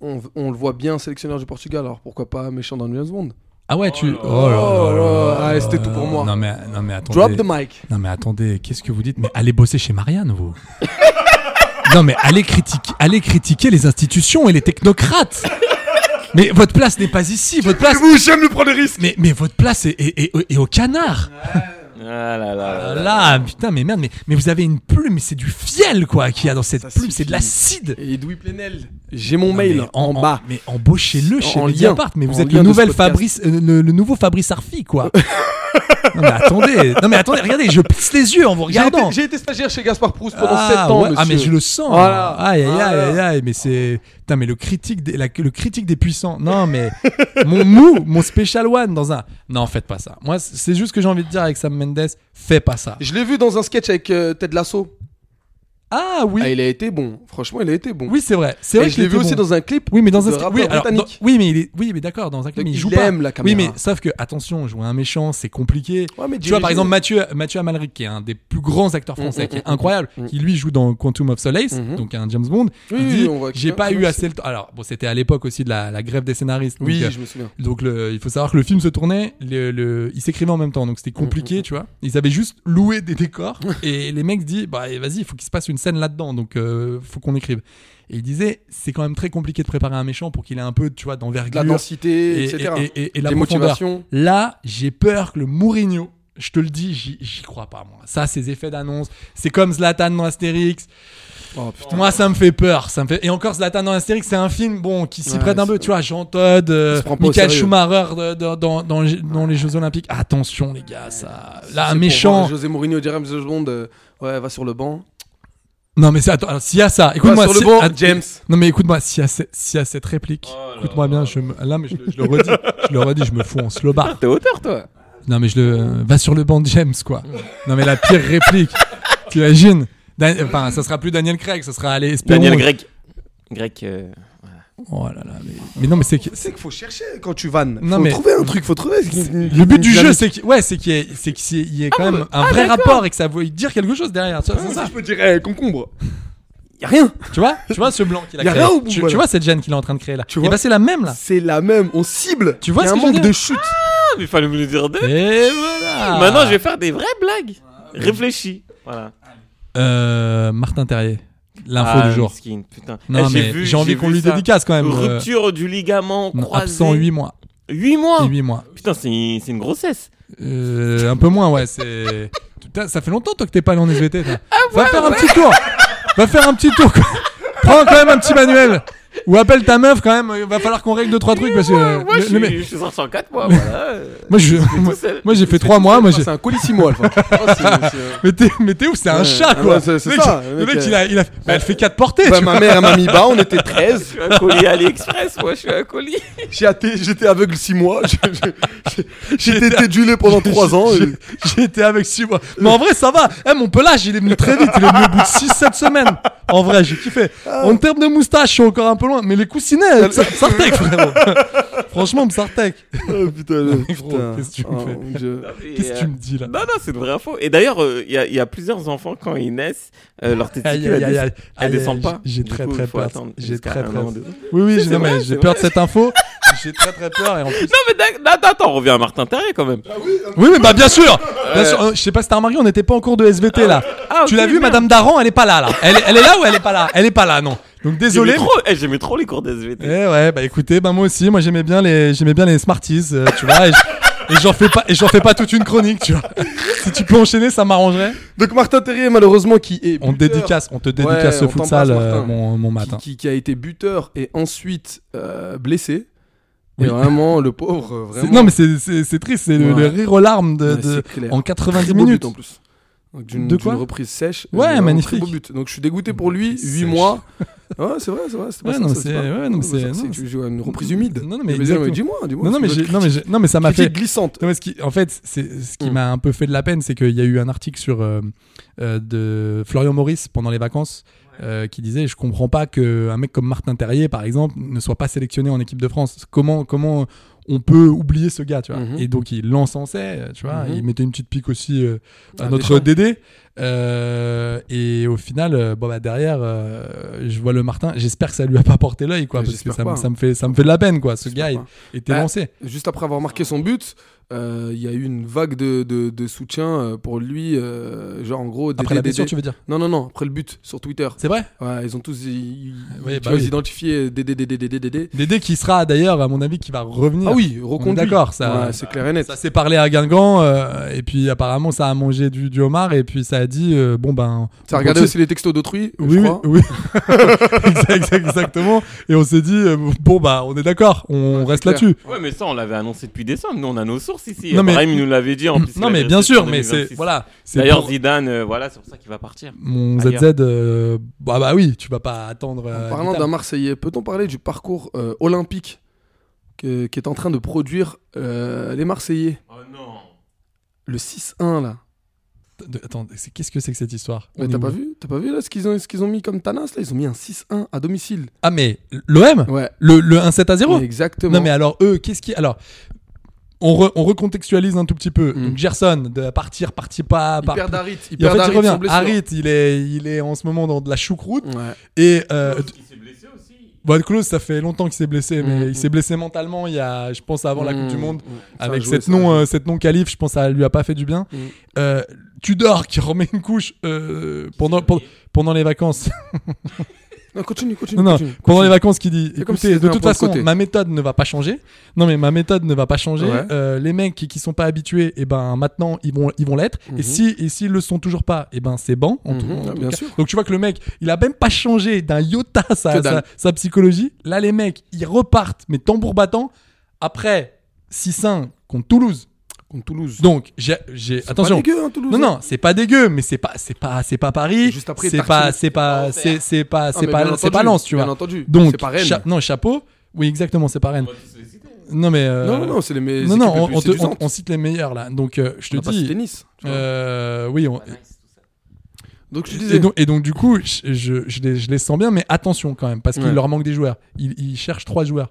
Speaker 7: on, on- on le voit bien sélectionneur du Portugal, alors pourquoi pas méchant dans le James Bond
Speaker 9: Ah ouais, tu.
Speaker 7: Oh là là. Ah, c'était tout pour moi.
Speaker 9: Non mais, non mais attendez.
Speaker 7: Drop the mic
Speaker 9: Non mais attendez, qu'est-ce que vous dites Mais allez bosser chez Marianne, vous. non mais allez critiquer, allez critiquer les institutions et les technocrates. mais votre place n'est pas ici. Votre place.
Speaker 7: Vous, j'aime le prendre des risques
Speaker 9: Mais, mais votre place est, est- est- est au canard.
Speaker 6: Ah là là. là.
Speaker 9: Là, putain, mais merde, mais, mais vous avez une plume, c'est du fiel quoi qu'il y a dans cette
Speaker 7: Ça
Speaker 9: plume, c'est de
Speaker 7: suffit.
Speaker 9: l'acide.
Speaker 7: Et Edoui Plenel, j'ai mon
Speaker 9: Non,
Speaker 7: mail
Speaker 9: mais
Speaker 7: en, bas.
Speaker 9: Mais embauchez-le chez
Speaker 7: En lien.
Speaker 9: Mediapart. Mais vous
Speaker 7: En
Speaker 9: êtes
Speaker 7: lien
Speaker 9: le
Speaker 7: de ce
Speaker 9: nouvel
Speaker 7: podcast.
Speaker 9: Fabrice, euh, le, le nouveau Fabrice Arfi, quoi. Non mais attendez, non mais attendez, regardez, je pisse les yeux en vous
Speaker 7: J'ai
Speaker 9: regardant.
Speaker 7: été, j'ai été stagiaire chez Gaspard Proust pendant
Speaker 9: ah,
Speaker 7: 7 ans.
Speaker 9: ouais, ah, mais
Speaker 7: monsieur.
Speaker 9: je le sens.
Speaker 7: Voilà.
Speaker 9: Aïe aïe aïe
Speaker 7: Voilà.
Speaker 9: aïe aïe, mais c'est putain mais le critique des la- le critique des puissants. Non mais mon mou, mon special one dans un. Non, faites pas ça. Moi c'est juste ce que j'ai envie de dire avec Sam Mendes, fais pas ça.
Speaker 7: Je l'ai vu dans un sketch avec euh, Ted Lasso.
Speaker 9: Ah oui.
Speaker 7: Ah, il a été bon. Franchement, il a été bon.
Speaker 9: Oui, c'est vrai. C'est vrai
Speaker 7: Et
Speaker 9: que
Speaker 7: je l'ai vu aussi dans un clip.
Speaker 9: Oui, mais dans un
Speaker 7: de
Speaker 9: ski-
Speaker 7: rappeur
Speaker 9: oui, alors, dans-
Speaker 7: britannique.
Speaker 9: oui, mais il est- oui, mais d'accord, dans un clip,
Speaker 7: Donc,
Speaker 9: mais il
Speaker 7: il
Speaker 9: joue pas.
Speaker 7: aime la
Speaker 9: Oui,
Speaker 7: caméra.
Speaker 9: mais sauf que attention, jouer un méchant, c'est compliqué.
Speaker 7: Ouais, mais
Speaker 9: tu vois, par
Speaker 7: diriger-
Speaker 9: exemple, Mathieu, Mathieu Amalric, qui est un des plus grands acteurs français,
Speaker 7: mm,
Speaker 9: qui est
Speaker 7: mm, Mm-hmm.
Speaker 9: incroyable, qui lui joue dans Quantum of Solace, donc un James Bond. il
Speaker 7: Oui, oui,
Speaker 9: dit,
Speaker 7: on voit que-
Speaker 9: j'ai pas
Speaker 7: oui,
Speaker 9: eu
Speaker 7: c'est-
Speaker 9: assez le temps. Alors, bon, c'était à l'époque aussi de la, la grève des scénaristes.
Speaker 7: Oui,
Speaker 9: donc, euh,
Speaker 7: je me souviens.
Speaker 9: donc le- il faut savoir que le film se tournait, le, le- il s'écrivait en même temps, donc c'était
Speaker 7: Mm,
Speaker 9: compliqué, tu vois. Ils avaient juste loué des décors et les mecs disent bah vas-y, il faut qu'il se passe une scène là-dedans, donc euh, faut qu'on écrive. Et ils disaient c'est quand même très compliqué de préparer un méchant pour qu'il ait un peu, tu vois,
Speaker 7: De
Speaker 9: d'envergure
Speaker 7: la densité,
Speaker 9: et,
Speaker 7: etc.
Speaker 9: et- et- et- et la
Speaker 7: Des
Speaker 9: profondeur.
Speaker 7: motivations.
Speaker 9: Là, j'ai peur que le Mourinho, je te le dis, j'y- j'y crois pas moi. Ça, ces effets d'annonce, c'est comme Zlatan dans Astérix.
Speaker 7: Oh, putain.
Speaker 9: Moi, ça me fait peur. Ça me fait... Et encore, Zlatan dans Astérix, c'est un film bon, qui s'y
Speaker 7: Ouais,
Speaker 9: prête un peu.
Speaker 7: c'est-
Speaker 9: Tu vois, Jean Todd, euh,
Speaker 7: Il se prend pas au
Speaker 9: Michael
Speaker 7: sérieux.
Speaker 9: Schumacher euh, dans, dans, dans, les- dans les Jeux Olympiques. Attention, les gars, ça. Là,
Speaker 7: Oh, C'est
Speaker 9: un
Speaker 7: pour
Speaker 9: méchant.
Speaker 7: voir José Mourinho dire à James Bond, euh, ouais, va sur le banc.
Speaker 9: Non, mais c'est- attends, alors, s'il y a ça, écoute-moi.
Speaker 7: sur le
Speaker 9: si-
Speaker 7: banc,
Speaker 9: att-
Speaker 7: James.
Speaker 9: Non, mais écoute-moi, s'il y, a ce- s'il y a cette réplique, écoute-moi bien, je me... là, mais je, le- je le redis, je le redis, je me fous en slobard.
Speaker 6: T'es auteur, toi
Speaker 9: Non, mais je le. Va sur le banc de James, quoi. Non, mais la pire réplique. tu imagines Dan- Enfin, ça sera plus Daniel Craig, ça sera allez, Espérons.
Speaker 6: Daniel Grec. Grec. euh,
Speaker 9: Oh là là, mais, mais non, mais c'est. que-
Speaker 7: C'est qu'il faut chercher quand tu vannes.
Speaker 9: Non,
Speaker 7: faut
Speaker 9: mais-
Speaker 7: trouver un truc, faut trouver.
Speaker 9: Le but du jeu, c'est qu'il ouais, c'est qu'il y ait, c'est qu'il y ait quand même un vrai rapport et que ça veuille dire quelque chose derrière. Tu vois, c'est ça.
Speaker 7: Je peux dire eh, concombre. Y a rien.
Speaker 9: Tu vois, tu vois ce blanc qu'il a
Speaker 7: Y a
Speaker 9: créé.
Speaker 7: rien au bout,
Speaker 9: tu, tu
Speaker 7: voilà.
Speaker 9: vois cette gêne qu'il est en train de créer là.
Speaker 7: Tu
Speaker 9: Et
Speaker 7: vois
Speaker 9: bah c'est la même là.
Speaker 7: C'est la même. On cible.
Speaker 9: Tu vois
Speaker 7: Y a
Speaker 9: ce
Speaker 7: un
Speaker 9: que je veux
Speaker 7: manque
Speaker 9: dire
Speaker 7: de chute.
Speaker 6: Ah, mais fallait me le dire deux.
Speaker 9: Et voilà.
Speaker 6: Maintenant, je vais faire des vraies blagues. Réfléchis. Voilà.
Speaker 9: Euh, Martin Terrier, l'info
Speaker 6: Ah,
Speaker 9: du jour.
Speaker 6: Miskin, putain.
Speaker 9: Non
Speaker 6: Eh,
Speaker 9: mais
Speaker 6: vu-
Speaker 9: j'ai envie
Speaker 6: vu
Speaker 9: qu'on lui
Speaker 6: ça.
Speaker 9: dédicace quand même. euh,
Speaker 6: Rupture Oh. du ligament
Speaker 9: non,
Speaker 6: croisé.
Speaker 9: absent 8 mois.
Speaker 6: Huit mois.
Speaker 9: 8 mois.
Speaker 6: Putain, c'est c'est une grossesse.
Speaker 9: Euh, un peu moins, ouais. C'est. Putain, ça fait longtemps toi que t'es pas allé en SVT. toi.
Speaker 7: Ah
Speaker 9: Va faire un petit tour. Va faire un petit tour. quoi. Prends quand même un petit manuel. Ou appelle ta meuf quand même. Il va falloir qu'on règle deux trois trucs parce que. euh,
Speaker 6: Moi,
Speaker 9: le- le
Speaker 6: je, suis,
Speaker 9: mec-
Speaker 6: je suis sorti en quatre mois. voilà. Euh,
Speaker 9: moi, je- moi-
Speaker 6: tout seul.
Speaker 9: moi, j'ai fait trois mois. Moi, j'ai.
Speaker 7: Ah, C'est un colissimo, Alpha. Oh, c'est- c'est-
Speaker 9: Mais t'es, mais t'es où C'est un
Speaker 7: Ouais,
Speaker 9: chat
Speaker 7: ouais,
Speaker 9: quoi.
Speaker 7: c'est- c'est
Speaker 9: Le mec,
Speaker 7: ça,
Speaker 9: il-
Speaker 7: le
Speaker 9: Le
Speaker 7: mec,
Speaker 9: mec,
Speaker 7: euh,
Speaker 9: il a, il a. bah, elle fait quatre portées.
Speaker 7: Ouais,
Speaker 9: tu
Speaker 7: ma
Speaker 9: vois.
Speaker 7: mère, elle m'a mis bas, on était 13.
Speaker 6: Je suis un colis AliExpress, moi, je suis un colis.
Speaker 7: J'ai athé- J'étais aveugle 6 mois. J'ai- j'ai- J'ai été édulé pendant 3 ans.
Speaker 9: J'ai- J'ai été avec six mois. Mais en vrai, ça va. Eh, mon pelage, il est venu très vite. Il est venu au bout de 6-7 semaines. En vrai, j'ai kiffé. En termes de moustache, je suis encore un peu loin. Mais les coussinets, ça- Sartek, frérot. Franchement, Sartek.
Speaker 7: Oh, putain, là,
Speaker 9: Frérot,
Speaker 7: putain.
Speaker 9: qu'est-ce que tu me
Speaker 7: Oh,
Speaker 9: fais
Speaker 7: mon Dieu.
Speaker 9: Qu'est-ce que
Speaker 6: euh,
Speaker 9: tu me dis là
Speaker 6: Non, non, c'est une vraie info. Et d'ailleurs, euh, il y, a- il y a plusieurs enfants, quand ils naissent, euh, leur
Speaker 9: Aïe,
Speaker 6: testicule,
Speaker 9: aïe,
Speaker 6: elle,
Speaker 9: aïe,
Speaker 6: descend-
Speaker 9: aïe.
Speaker 6: elle
Speaker 9: Aïe,
Speaker 6: descend
Speaker 9: aïe,
Speaker 6: pas.
Speaker 9: J'ai
Speaker 6: Du
Speaker 9: très
Speaker 6: coup,
Speaker 9: très
Speaker 6: il faut
Speaker 9: peur.
Speaker 6: attendre
Speaker 9: J'ai
Speaker 6: jusqu'à
Speaker 9: très
Speaker 6: un
Speaker 9: très
Speaker 6: an
Speaker 9: peur.
Speaker 6: ou deux ans.
Speaker 9: Oui, oui,
Speaker 6: C'est
Speaker 9: non, mais
Speaker 6: vrai,
Speaker 9: j'ai
Speaker 6: c'est
Speaker 9: peur de
Speaker 6: vrai.
Speaker 9: cette info. J'ai très très peur. Et en plus...
Speaker 6: Non, mais d'ac- attends, attends, on revient à Martin Terrier quand même.
Speaker 9: Oui, mais bah bien sûr. Bien sûr. Euh, je sais pas si t'as remarqué, on n'était pas en cours de SVT là.
Speaker 6: Ah,
Speaker 9: tu
Speaker 6: ok,
Speaker 9: l'as vu,
Speaker 6: merde.
Speaker 9: Madame Daran, elle est pas là là. Elle, elle est là ou elle est pas là Elle est pas là, non. Donc désolé.
Speaker 6: J'aimais trop, eh, j'aimais trop les cours
Speaker 9: Eh
Speaker 6: d'SVT.
Speaker 9: ouais, bah écoutez, bah moi aussi, moi j'aimais bien les, j'aimais bien les Smarties, euh, tu vois, et j- et j'en fais pas, et j'en fais pas toute une chronique, tu vois. si tu peux enchaîner, ça m'arrangerait.
Speaker 7: Donc, Martin Terrier, malheureusement, qui est.
Speaker 9: On te
Speaker 7: buteur,
Speaker 9: dédicace, on te
Speaker 7: Ouais,
Speaker 9: dédicace
Speaker 7: on
Speaker 9: ce futsal,
Speaker 7: t'embrasse,
Speaker 9: euh,
Speaker 7: Martin.
Speaker 9: mon, mon matin.
Speaker 7: qui, qui- qui a été buteur et ensuite euh, blessé.
Speaker 9: Oui.
Speaker 7: Et vraiment, le pauvre, euh,
Speaker 9: C'est-
Speaker 7: vraiment.
Speaker 9: Non mais c'est, c'est, c'est triste, c'est le,
Speaker 7: Ouais.
Speaker 9: le rire aux larmes de,
Speaker 7: Ouais,
Speaker 9: de-
Speaker 7: c'est clair.
Speaker 9: en 90
Speaker 7: Très beau
Speaker 9: minutes.
Speaker 7: but en plus. Donc, D'une
Speaker 9: De
Speaker 7: d'une
Speaker 9: quoi
Speaker 7: reprise sèche. Euh,
Speaker 9: Ouais,
Speaker 7: vraiment
Speaker 9: magnifique.
Speaker 7: très beau but. Donc je suis dégoûté pour lui,
Speaker 9: Reprise
Speaker 7: 8
Speaker 9: sèche.
Speaker 7: mois. Ouais, c'est vrai, c'est vrai. c'était pas
Speaker 9: Ouais,
Speaker 7: ça,
Speaker 9: non,
Speaker 7: ça,
Speaker 9: c'est-
Speaker 7: c'est pas-
Speaker 9: ouais, non, mais
Speaker 7: ça,
Speaker 9: c'est-
Speaker 7: c'est-
Speaker 9: non,
Speaker 7: Tu joues à une reprise humide.
Speaker 9: Non, non, mais
Speaker 7: Il me dit,
Speaker 9: exactement.
Speaker 7: dis-moi, dis-moi.
Speaker 9: Non, non mais,
Speaker 7: c'est
Speaker 9: j'ai,
Speaker 7: votre
Speaker 9: non, mais j'ai- non mais ça m'a
Speaker 7: critique
Speaker 9: fait,
Speaker 7: glissante.
Speaker 9: Non, mais ce qui, en fait, c'est ce qui
Speaker 7: Mm.
Speaker 9: m'a un peu fait de la peine, c'est qu'il y a eu un article sur euh, euh, de Florian Maurice pendant les vacances euh, qui disait je comprends pas que un mec comme Martin Terrier par exemple ne soit pas sélectionné en équipe de France. Comment comment on peut oublier ce gars, tu vois
Speaker 7: Mhm.
Speaker 9: Et donc il l'encensait, euh, tu vois.
Speaker 7: Mhm.
Speaker 9: Il mettait une petite pique aussi euh, à
Speaker 7: Ah,
Speaker 9: notre
Speaker 7: Deschamps.
Speaker 9: Dédé. Euh, et au final, euh, bon bah derrière, euh, je vois le Martin. J'espère que ça lui a pas porté l'œil, quoi,
Speaker 7: Ouais,
Speaker 9: parce que
Speaker 7: j'espère
Speaker 9: ça, me-
Speaker 7: pas. hein.
Speaker 9: ça me fait ça me fait de la peine, quoi. Ce
Speaker 7: J'espère
Speaker 9: gars
Speaker 7: pas.
Speaker 9: il- était
Speaker 7: Ah,
Speaker 9: lancé.
Speaker 7: Juste après avoir marqué son but, euh, il y a eu une vague de, de, de soutien euh, pour lui. euh, genre en gros. des-
Speaker 9: Après la
Speaker 7: des-
Speaker 9: blessure,
Speaker 7: des-
Speaker 9: tu veux dire
Speaker 7: Non, non, non, après le but sur Twitter.
Speaker 9: C'est vrai
Speaker 7: Ouais, ils ont tous ils,
Speaker 9: Ouais,
Speaker 7: ils-
Speaker 9: bah
Speaker 7: tu vois,
Speaker 9: oui.
Speaker 7: ils identifiaient des des- des- des- des- des- des- des-
Speaker 9: Dédé qui sera d'ailleurs, à mon avis, qui va revenir.
Speaker 7: Ah oui,
Speaker 9: On est
Speaker 7: reconduit.
Speaker 9: d'accord, ça-
Speaker 7: Ouais, c'est clair et net.
Speaker 9: Ça s'est parlé à Guingamp, euh, et puis apparemment ça a mangé du, du homard, et puis ça, a dit euh, bon ben.
Speaker 7: T'as
Speaker 9: on
Speaker 7: regardé
Speaker 9: continue-
Speaker 7: aussi les textos d'autrui je
Speaker 9: Oui, oui, oui.
Speaker 7: crois.
Speaker 9: Exact- exact- exactement. Et on s'est dit euh, bon bah on est d'accord, on reste
Speaker 7: clair.
Speaker 9: là-dessus.
Speaker 6: Ouais, mais ça, on l'avait annoncé depuis décembre. Nous, on a nos sources ici.
Speaker 9: Non, mais- Mm,
Speaker 6: Brahim, il nous l'avait dit en plus. il
Speaker 9: Non
Speaker 6: avait
Speaker 9: mais bien
Speaker 6: resté
Speaker 9: sûr,
Speaker 6: en
Speaker 9: mais c'est
Speaker 6: 2026.
Speaker 9: voilà. c'est
Speaker 6: D'ailleurs,
Speaker 9: pour-
Speaker 6: Zidane, euh, voilà, c'est pour ça qu'il va partir.
Speaker 9: mon
Speaker 6: Ailleurs.
Speaker 9: ZZ, euh, bah bah oui, tu vas pas attendre.
Speaker 7: En
Speaker 9: euh,
Speaker 7: parlant d'un
Speaker 9: Vital.
Speaker 7: Marseillais, peut-on parler du parcours euh, olympique que- qui est en train de produire euh, les Marseillais
Speaker 6: Oh non.
Speaker 7: Le 6-1 là.
Speaker 9: De- Attends, c'est- qu'est-ce que c'est que cette histoire
Speaker 7: Mais
Speaker 9: On
Speaker 7: t'as
Speaker 9: est
Speaker 7: pas
Speaker 9: où
Speaker 7: vu T'as pas vu là ce qu'ils ont, ce qu'ils ont mis comme Tanas là Ils ont mis un 6-1 à domicile.
Speaker 9: Ah mais l'OM,
Speaker 7: Ouais.
Speaker 9: le, le 1-7 à 0.
Speaker 7: Mais Exactement.
Speaker 9: Non mais alors eux, qu'est-ce qui alors on, re- on recontextualise un tout petit peu.
Speaker 7: Mm.
Speaker 9: Donc Gerson de partir, partir pas,
Speaker 7: il
Speaker 9: par-
Speaker 7: perd Harit. Il Mm.
Speaker 9: Et en
Speaker 7: perd
Speaker 9: fait, il
Speaker 7: Harit sans
Speaker 9: revient.
Speaker 7: blessure.
Speaker 9: Harit, il est, il est en ce moment dans de la choucroute.
Speaker 7: Ouais.
Speaker 9: Et euh,
Speaker 6: Il s'est blessé aussi.
Speaker 9: Van Klose, ça fait longtemps qu'il s'est blessé, mais
Speaker 7: Mhm.
Speaker 9: il s'est blessé mentalement. Il y a, je pense, avant la Coupe du
Speaker 7: Mmh,
Speaker 9: Monde,
Speaker 7: mmh. Ça a
Speaker 9: avec
Speaker 7: joué,
Speaker 9: cette
Speaker 7: ça a
Speaker 9: non,
Speaker 7: joué.
Speaker 9: euh, cette non qualif, je pense, ça lui a pas fait du bien.
Speaker 7: Mhm.
Speaker 9: Euh, Tudor qui remet une couche euh, pendant pendant- pendant les vacances.
Speaker 7: Non, continue, continue.
Speaker 9: Non, non,
Speaker 7: continue.
Speaker 9: pendant les vacances, qui dit
Speaker 7: C'est comme si
Speaker 9: écoutez,
Speaker 7: c'était
Speaker 9: de
Speaker 7: un
Speaker 9: toute
Speaker 7: point de
Speaker 9: façon,
Speaker 7: côté.
Speaker 9: ma méthode ne va pas changer. Non, mais ma méthode ne va pas changer.
Speaker 7: Ouais.
Speaker 9: Euh, les mecs qui, qui sont pas habitués, et ben maintenant ils vont ils vont l'être. Et si et s'ils le sont toujours pas, et ben c'est bon. en tout-
Speaker 7: Mhm,
Speaker 9: en tout
Speaker 7: bien
Speaker 9: cas.
Speaker 7: sûr.
Speaker 9: Donc tu vois que le mec, il a même pas changé d'un iota sa,
Speaker 7: Que dalle.
Speaker 9: sa, sa psychologie. Là, les mecs, ils repartent, mais tambour battant après 6-1 contre Toulouse.
Speaker 7: Contre Toulouse.
Speaker 9: Donc j'ai j'ai
Speaker 7: Pas
Speaker 9: attention.
Speaker 7: dégueu, hein, Toulouse.
Speaker 9: Non non, c'est pas dégueu, mais c'est pas c'est pas c'est pas Paris,
Speaker 7: Juste après,
Speaker 9: c'est
Speaker 7: Tartine.
Speaker 9: pas c'est pas c'est c'est pas
Speaker 7: Ah,
Speaker 9: c'est
Speaker 7: mais
Speaker 9: pas
Speaker 7: bien
Speaker 9: c'est
Speaker 7: entendu,
Speaker 9: pas Lens, tu vois.
Speaker 7: Bien entendu.
Speaker 9: Donc,
Speaker 7: c'est pas Rennes.
Speaker 9: cha- non, chapeau. Oui, exactement, c'est pas Rennes. Non, mais. euh,
Speaker 7: Non, non, non, c'est les meilleurs.
Speaker 9: non, non, on, on te- on- on cite les meilleurs là. Donc, euh, je te dis.
Speaker 7: tennis. bah, tu vois.
Speaker 9: euh, oui, on-
Speaker 7: Donc je
Speaker 9: et,
Speaker 7: disais.
Speaker 9: donc, et donc, du coup, je, je, je les, je les sens bien, mais attention quand même, parce qu'il
Speaker 7: Ouais.
Speaker 9: leur manque des joueurs. Ils, ils cherchent trois joueurs.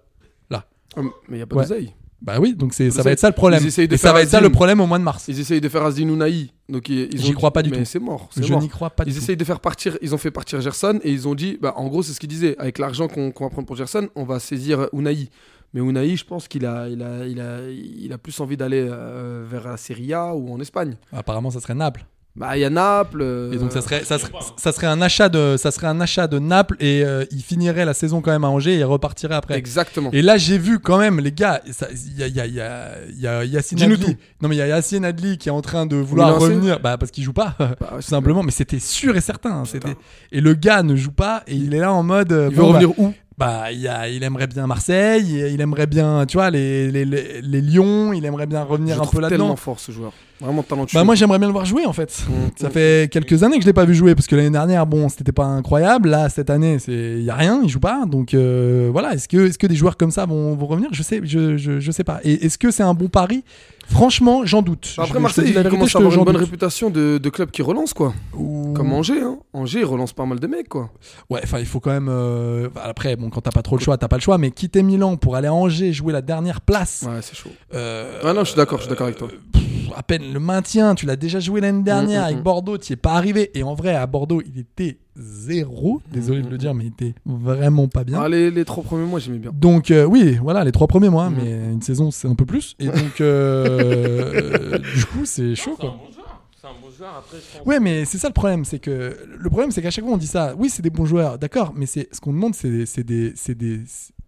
Speaker 7: Ah, Mais y a pas
Speaker 9: Ouais.
Speaker 7: d'oseille.
Speaker 9: Bah oui, donc c'est, ça
Speaker 7: Ils
Speaker 9: va être ça le problème.
Speaker 7: ils essayent de
Speaker 9: Et ça
Speaker 7: faire
Speaker 9: va être ça
Speaker 7: Azim.
Speaker 9: le problème au mois de mars.
Speaker 7: Ils essayent de faire Asdin Ounaï. Donc ils, ils ont
Speaker 9: J'y
Speaker 7: dit-
Speaker 9: crois pas du
Speaker 7: mais
Speaker 9: tout.
Speaker 7: c'est mort. c'est
Speaker 9: Je
Speaker 7: mort.
Speaker 9: n'y crois pas
Speaker 7: Ils
Speaker 9: du tout.
Speaker 7: essayent de faire partir, ils ont fait partir Gerson et ils ont dit, bah, en gros, c'est ce qu'ils disaient, avec l'argent qu'on qu'on va prendre pour Gerson, on va saisir Unai. Mais Unai, je pense qu'il a, il a, il a, il a plus envie d'aller euh, vers la Serie A ou en Espagne.
Speaker 9: Apparemment, ça serait Naples.
Speaker 7: Bah, il y a Naples. euh,
Speaker 9: Et donc ça serait, ça serait,
Speaker 7: hein.
Speaker 9: ça serait un achat de, ça serait un achat de Naples et euh, il finirait la saison quand même à Angers et il repartirait après.
Speaker 7: Exactement.
Speaker 9: Et là, j'ai vu quand même, les gars, ça- il y a, il y a- il y a- il y a Yacine
Speaker 7: Dis-nous
Speaker 9: Adli.
Speaker 7: tout.
Speaker 9: Non, mais il y a Yacine Adli qui est en train de vouloir
Speaker 7: lancer
Speaker 9: revenir. Bah, parce qu'il joue pas, tout
Speaker 7: Ah, c'est
Speaker 9: simplement. Mais c'était sûr et certain. hein, C'était... Et le gars ne joue pas et il est là en mode. euh,
Speaker 7: Il veut
Speaker 9: bon,
Speaker 7: revenir
Speaker 9: bah,
Speaker 7: où
Speaker 9: bah, il, y a- il aimerait bien Marseille, il il aimerait bien, tu vois, les, les, les, les Lions, il aimerait bien
Speaker 7: Je
Speaker 9: revenir
Speaker 7: le
Speaker 9: un peu
Speaker 7: trouve
Speaker 9: là-dedans.
Speaker 7: tellement fort ce joueur. Vraiment talentueux.
Speaker 9: Bah moi j'aimerais bien le voir jouer en fait.
Speaker 7: Mm.
Speaker 9: Ça fait quelques années que je l'ai pas vu jouer parce que l'année dernière bon c'était pas incroyable. Là cette année c'est y a rien, il joue pas. Donc euh, voilà est-ce que est-ce que des joueurs comme ça vont, vont revenir Je sais je, je, je sais pas. Et est-ce que c'est un bon pari Franchement j'en doute. Je- je
Speaker 7: Bah, après,
Speaker 9: te
Speaker 7: Marseille,
Speaker 9: dis la
Speaker 7: il
Speaker 9: vérité,
Speaker 7: commence
Speaker 9: je
Speaker 7: à
Speaker 9: te- Mm.
Speaker 7: avoir
Speaker 9: j'en
Speaker 7: une bonne
Speaker 9: doute.
Speaker 7: réputation de, de club qui relance, quoi.
Speaker 9: Ouh.
Speaker 7: Comme Angers, hein. Angers, il relance pas mal de mecs, quoi.
Speaker 9: Ouais enfin il faut quand même euh, bah, après bon quand t'as pas trop le choix t'as pas le choix mais quitter Milan pour aller à Angers jouer la dernière place.
Speaker 7: Ouais, c'est chaud.
Speaker 9: euh,
Speaker 7: Ah non, je suis d'accord, je suis d'accord avec toi.
Speaker 9: pff, à peine le maintien. Tu l'as déjà joué l'année dernière
Speaker 7: Mm, mm,
Speaker 9: avec
Speaker 7: mm.
Speaker 9: Bordeaux, tu n'y es pas arrivé. Et en vrai, à Bordeaux, il était zéro. Désolé de le dire, mais il était vraiment pas bien.
Speaker 7: Ah, les, les trois premiers mois, j'aimais bien.
Speaker 9: Donc euh, oui, voilà, les trois premiers mois,
Speaker 7: Mm.
Speaker 9: mais une saison, c'est un peu plus. Et donc, euh, du coup, c'est chaud,
Speaker 6: C'est un
Speaker 9: quoi.
Speaker 6: bon joueur. C'est un bon joueur. Après, je pense.
Speaker 9: Ouais, mais c'est ça le problème, c'est que le problème, c'est qu'à chaque fois on dit ça. Oui, c'est des bons joueurs, d'accord, mais c'est ce qu'on demande, c'est des, c'est des, c'est des,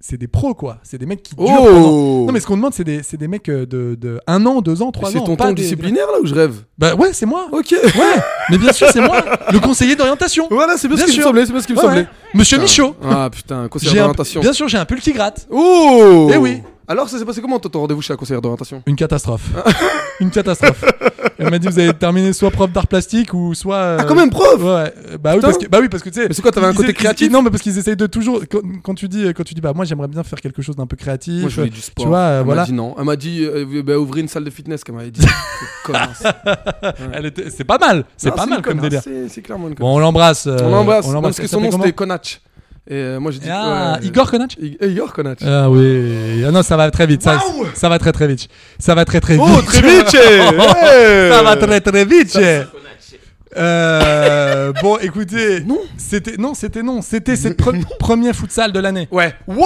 Speaker 9: c'est des pros quoi. C'est des mecs qui durent. pendant-
Speaker 7: Oh
Speaker 9: Non, mais ce qu'on demande, c'est des, c'est des mecs euh, de, de un an, deux ans, trois ans.
Speaker 7: C'est ton
Speaker 9: pas
Speaker 7: temps
Speaker 9: des-
Speaker 7: disciplinaire, là, où je rêve
Speaker 9: Bah ouais, c'est moi.
Speaker 7: Ok.
Speaker 9: Ouais, mais bien sûr, c'est moi, le conseiller d'orientation.
Speaker 7: Voilà, c'est bien,
Speaker 9: Bien
Speaker 7: ce qui me
Speaker 9: sûr.
Speaker 7: semblait, c'est bien ce qui me
Speaker 9: Ouais,
Speaker 7: semblait.
Speaker 9: ouais. Monsieur Michaud.
Speaker 7: Ah putain, conseiller
Speaker 9: J'ai un-
Speaker 7: d'orientation.
Speaker 9: bien sûr, j'ai un pull qui gratte.
Speaker 7: Oh
Speaker 9: Eh oui.
Speaker 7: Alors ça s'est passé comment toi, ton rendez-vous chez la conseillère d'orientation
Speaker 9: Une catastrophe. Une catastrophe. Elle m'a dit vous allez terminer soit prof d'art plastique ou soit. euh,
Speaker 7: Ah quand même prof
Speaker 9: Ouais, euh, bah oui,
Speaker 7: Putain.
Speaker 9: parce que, bah oui, parce que tu sais.
Speaker 7: Mais c'est quoi, t'avais un
Speaker 9: ils-
Speaker 7: côté
Speaker 9: ils-
Speaker 7: créatif
Speaker 9: Non, mais parce qu'ils essayent de toujours. Quand, quand tu dis, quand tu dis, bah moi j'aimerais bien faire quelque chose d'un peu créatif.
Speaker 7: Moi je voulais du sport.
Speaker 9: Tu vois, euh,
Speaker 7: Elle
Speaker 9: voilà.
Speaker 7: m'a dit non. Elle m'a dit euh, bah, ouvrir une salle de fitness comme elle m'avait dit. C'est connasse.
Speaker 9: Elle était- C'est pas mal, c'est
Speaker 7: Non,
Speaker 9: pas
Speaker 7: une
Speaker 9: mal comme délire.
Speaker 7: connasse, Ah, C'est c'est clairement une connasse.
Speaker 9: Bon, on l'embrasse. euh,
Speaker 7: on l'embrasse. Non, Parce
Speaker 9: Ça
Speaker 7: que son
Speaker 9: s'appelle
Speaker 7: nom
Speaker 9: comment
Speaker 7: c'était Konach. Et euh, moi j'ai dit.
Speaker 9: Ah,
Speaker 7: euh,
Speaker 9: Igor Konach
Speaker 7: I- Igor Konach.
Speaker 9: Ah oui, ah non, ça va très vite. Ça, ça va très très vite. Ça va très très vite.
Speaker 7: Oh très vite eh
Speaker 9: ça va très très vite. Eh. Euh, bon, écoutez, non, c'était non, c'était non, c'était cette pre- premier futsal de l'année.
Speaker 7: Ouais. Wow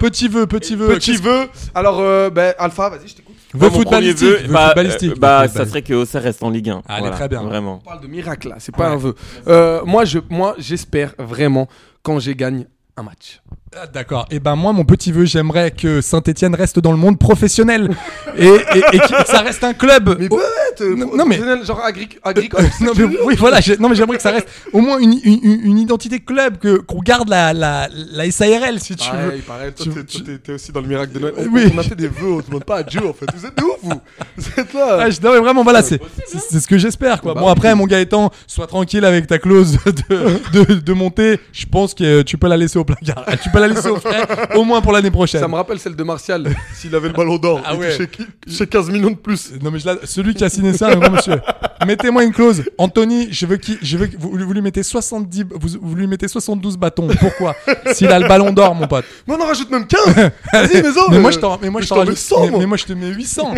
Speaker 9: Petit vœu, petit vœu,
Speaker 7: Petit vœu. Alors euh, bah, Alpha, vas-y, je t'écoute.
Speaker 9: vœu
Speaker 6: Moi, mon premier
Speaker 9: footballistique,
Speaker 6: vœu,
Speaker 9: vœu
Speaker 6: bah,
Speaker 9: footballistique,
Speaker 6: euh, bah,
Speaker 9: vœu
Speaker 6: ça serait que ça reste en Ligue 1.
Speaker 9: Allez,
Speaker 6: Voilà,
Speaker 9: très bien.
Speaker 6: Vraiment.
Speaker 7: On parle de miracle là, c'est pas
Speaker 9: Ouais.
Speaker 7: un vœu. Euh, moi, je, moi, j'espère vraiment quand j'ai gagne un match.
Speaker 9: Ah, D'accord. Et ben moi, mon petit vœu, j'aimerais que Saint-Etienne reste dans le monde professionnel et, et- et que ça reste un club.
Speaker 7: Mais
Speaker 9: Au-
Speaker 7: peut-être
Speaker 9: non,
Speaker 7: euh,
Speaker 9: non, mais- Euh,
Speaker 7: professionnel, genre agri- agricole.
Speaker 9: non, mais, oui, voilà, j'ai- non, mais j'aimerais que ça reste au moins une, une- une- une identité club, que, qu'on garde la, la, la SARL si tu veux.
Speaker 7: Pareil, pareil, toi,
Speaker 9: tu-
Speaker 7: t'es-
Speaker 9: tu-
Speaker 7: toi, t'es- t'es aussi dans le miracle de Noël. On,
Speaker 9: Oui.
Speaker 7: on a fait des vœux, on demande pas à Dieu en fait. Vous êtes des ouf vous Vous êtes là
Speaker 9: Ah, je- non, mais vraiment, voilà, c'est, c'est, c'est ce que j'espère. Quoi.
Speaker 7: Bah
Speaker 9: bon,
Speaker 7: oui.
Speaker 9: après, mon Gaëtan, sois tranquille avec ta clause de, de, de montée. Je pense que euh, tu peux la laisser au placard. Ah, Tu peux la laisser au frais, au moins pour l'année prochaine.
Speaker 7: Ça me rappelle celle de Martial. S'il avait le ballon d'or,
Speaker 9: Ah
Speaker 7: il
Speaker 9: ouais.
Speaker 7: touchait qui- touchait 15 millions de plus.
Speaker 9: Non mais je la- celui qui a signé ça, le grand monsieur. Mettez-moi une clause. Anthony, je veux qui, je veux que- vous, vous lui mettez 70, vous, vous lui mettez 72 bâtons. Pourquoi S'il a le ballon d'or, mon pote.
Speaker 7: Mais on en rajoute même 15 Vas-y, mais
Speaker 9: mais moi je t'en, mais moi je t'en
Speaker 7: mets
Speaker 9: rajoute-
Speaker 7: 100
Speaker 9: mais, mais moi je te mets 800.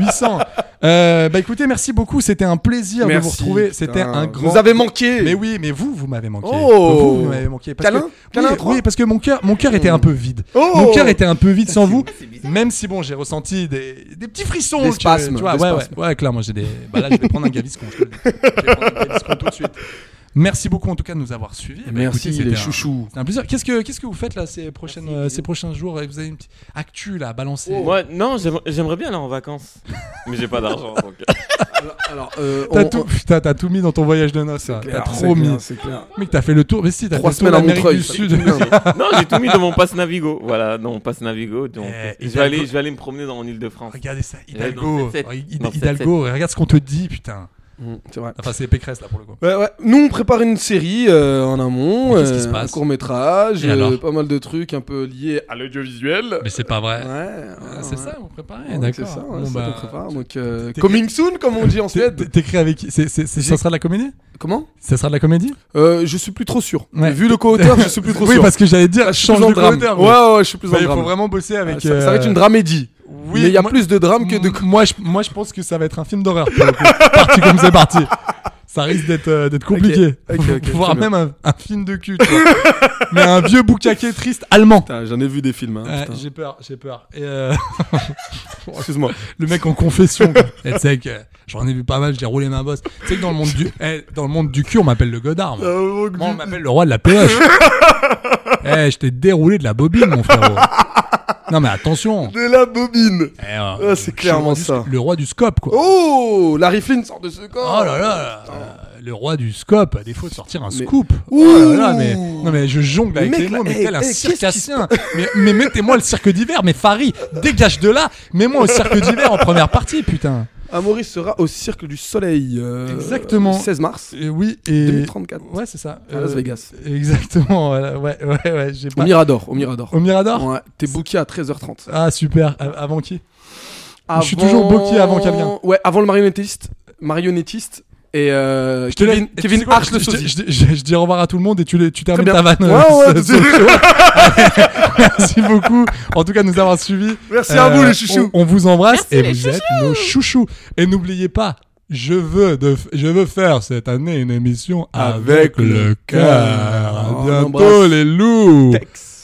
Speaker 9: 800. Euh, bah écoutez, merci beaucoup. C'était un plaisir de vous retrouver. C'était un grand.
Speaker 7: Vous avez manqué
Speaker 9: Mais oui, mais vous, vous m'avez manqué.
Speaker 7: Oh.
Speaker 9: vous, vous m'avez manqué.
Speaker 7: Câlin
Speaker 9: que,
Speaker 7: Câlin
Speaker 9: oui,
Speaker 7: à trois
Speaker 9: oui, parce que mon cœur, mon cœur était un peu vide.
Speaker 7: Oh.
Speaker 9: Mon cœur était un peu vide sans vous. Même si bon, j'ai ressenti des, des petits frissons.
Speaker 7: Des
Speaker 9: que-
Speaker 7: spasmes,
Speaker 9: tu vois,
Speaker 7: des
Speaker 9: ouais,
Speaker 7: spasmes.
Speaker 9: ouais, ouais, clairement, j'ai des. Bah là, je vais prendre un gaviscon. je te le dis. Je vais prendre un gaviscon tout de suite. Merci beaucoup en tout cas de nous avoir suivis. Eh ben,
Speaker 7: Merci
Speaker 9: écoutez, c'était
Speaker 7: les
Speaker 9: un-
Speaker 7: chouchous.
Speaker 9: C'était un plaisir. Qu'est-ce que qu'est-ce que vous faites là ces prochaines euh, ces prochains jours Vous avez une petite actu là à balancer.
Speaker 7: Oh,
Speaker 6: Moi, non, j'aimerais- j'aimerais bien aller en vacances. Mais j'ai pas d'argent. donc.
Speaker 7: Alors, euh,
Speaker 9: T'as
Speaker 7: on-
Speaker 9: tout, putain, t'as tout mis dans ton voyage de noces. là.
Speaker 7: C'est
Speaker 9: T'as
Speaker 7: clair,
Speaker 9: trop
Speaker 7: c'est
Speaker 9: mis.
Speaker 7: clair, c'est clair.
Speaker 9: Mec, t'as fait le tour. Mais si, t'as
Speaker 7: Trois
Speaker 9: fait le tour
Speaker 7: semaines à
Speaker 9: d'Amérique
Speaker 7: Montreuil.
Speaker 9: du
Speaker 7: ça
Speaker 9: Sud.
Speaker 7: fait du bien.
Speaker 6: non, j'ai tout mis dans mon passe Navigo. Voilà, dans mon passe Navigo. donc,
Speaker 9: Eh,
Speaker 6: je,
Speaker 9: Hidalgo-
Speaker 6: vais aller, je vais aller me promener dans mon île de France.
Speaker 9: Regardez ça,
Speaker 6: Ouais,
Speaker 9: Hidalgo.
Speaker 6: dans cette-
Speaker 9: Regarde,
Speaker 6: dans cette-
Speaker 9: Hidalgo, regarde ce qu'on te dit, putain.
Speaker 7: Mm, C'est vrai.
Speaker 9: Enfin, c'est Pécresse là pour le coup.
Speaker 7: Ouais, ouais. Nous, on prépare une série euh, en amont,
Speaker 9: Mais qu'est-ce qui se
Speaker 7: euh, un
Speaker 9: passe
Speaker 7: court métrage, euh,
Speaker 9: Et alors
Speaker 7: pas mal de trucs un peu liés à l'audiovisuel.
Speaker 9: Mais c'est pas vrai.
Speaker 7: Ouais, ouais,
Speaker 9: Ah, C'est
Speaker 7: ouais.
Speaker 9: ça, on prépare.
Speaker 7: Ouais,
Speaker 9: D'accord.
Speaker 7: C'est ça, ouais,
Speaker 9: Bon,
Speaker 7: ça
Speaker 9: bah,
Speaker 7: qu'on prépare. Donc, euh,
Speaker 9: t'es-
Speaker 7: coming soon, comme on dit en
Speaker 9: t'é-
Speaker 7: Suède.
Speaker 9: t'é- T'écris avec qui C'est- c'est- c'est- Ça sera de la comédie
Speaker 7: Comment
Speaker 9: Ça sera de la comédie
Speaker 7: euh, Je suis plus trop sûr.
Speaker 9: Ouais.
Speaker 7: Vu le co-auteur, je suis plus trop
Speaker 9: Oui,
Speaker 7: sûr.
Speaker 9: parce que j'allais dire,
Speaker 7: Ah, je suis
Speaker 9: change
Speaker 7: plus en
Speaker 9: de
Speaker 7: drame.
Speaker 9: co-auteur, mais-
Speaker 7: Ouais, ouais, je suis plus
Speaker 9: Bah,
Speaker 7: en
Speaker 9: Il
Speaker 7: drame.
Speaker 9: faut vraiment bosser
Speaker 7: Ah,
Speaker 9: avec.
Speaker 7: ça, ça va
Speaker 9: euh,
Speaker 7: être une dramédie.
Speaker 9: Oui,
Speaker 7: mais il y a
Speaker 9: moi- Mmh.
Speaker 7: plus de drame que de. co-
Speaker 9: Moi je, moi, je pense que ça va être un film d'horreur. pour le coup. parti comme c'est parti. Ça risque d'être euh, d'être compliqué.
Speaker 7: Ok, ok, ok,
Speaker 9: Voire
Speaker 7: très bien.
Speaker 9: même un, un film de cul. tu vois. Mais un vieux boucaquet triste allemand.
Speaker 7: Putain, J'en ai vu des films. hein,
Speaker 9: Ouais,
Speaker 7: putain.
Speaker 9: j'ai peur, j'ai peur. Et euh,
Speaker 7: Excuse-moi.
Speaker 9: le mec en confession. quoi. Et tu sais que euh, j'en ai vu pas mal, j'ai roulé ma bosse. Tu sais que dans le monde du, eh, dans le monde du cul, on m'appelle le Godard. Moi,
Speaker 7: Euh,
Speaker 9: Moi, on m'appelle le roi de la PH. Eh, je t'ai déroulé de la bobine, mon frérot. Non mais attention.
Speaker 7: De la bobine.
Speaker 9: Eh, euh,
Speaker 7: Ah, c'est clairement
Speaker 9: le roi du-
Speaker 7: ça.
Speaker 9: Le roi du scope, quoi.
Speaker 7: Oh, Larry Flynn sort de ce corps.
Speaker 9: Oh là là, euh, le roi du scope, à défaut de sortir un scoop.
Speaker 7: Ouh.
Speaker 9: Oh là là, mais, non mais je jongle avec
Speaker 7: Mec,
Speaker 9: les mots,
Speaker 7: là,
Speaker 9: mais
Speaker 7: hey,
Speaker 9: tel un
Speaker 7: hey, qu'est-ce qui se
Speaker 9: circassien. mais mais mettez-moi le cirque d'hiver, mais Farid, dégage de là, mets-moi au cirque d'hiver en première partie, putain.
Speaker 7: Amaury sera au Cirque du Soleil. euh,
Speaker 9: Exactement.
Speaker 7: le 16 mars.
Speaker 9: Et oui, et.
Speaker 7: 2034.
Speaker 9: Ouais, c'est ça. Euh,
Speaker 7: À Las Vegas.
Speaker 9: Exactement, voilà, ouais, ouais, ouais, j'ai
Speaker 7: Au
Speaker 9: pas.
Speaker 7: Mirador. Au Mirador.
Speaker 9: Au Mirador
Speaker 7: Ouais, t'es booké à 13h30.
Speaker 9: Ah, super, A- avant qui Je suis toujours booké avant quelqu'un.
Speaker 7: Ouais, avant le marionnettiste. Marionnettiste. Et euh,
Speaker 9: te
Speaker 7: Kevin,
Speaker 9: laisse- et tu
Speaker 7: Kevin
Speaker 9: sais quoi,
Speaker 7: Arch le
Speaker 9: je-
Speaker 7: sosie.
Speaker 9: Je, je- je- je dis au revoir à tout le monde et tu, le- tu termines
Speaker 7: bien.
Speaker 9: ta vanne.
Speaker 7: Ouais,
Speaker 9: euh,
Speaker 7: ouais,
Speaker 9: so- so- Merci beaucoup, en tout cas, de nous avoir suivis. Euh,
Speaker 7: Merci à vous, les chouchous.
Speaker 9: On, on vous embrasse et vous êtes nos chouchous. Et n'oubliez pas, je veux, de, f- je veux faire cette année une émission avec,
Speaker 7: Avec
Speaker 9: le
Speaker 7: le
Speaker 9: cœur.
Speaker 7: cœur.
Speaker 9: À
Speaker 7: On
Speaker 9: bientôt,
Speaker 7: embrasse.
Speaker 9: les loups.
Speaker 7: Tex.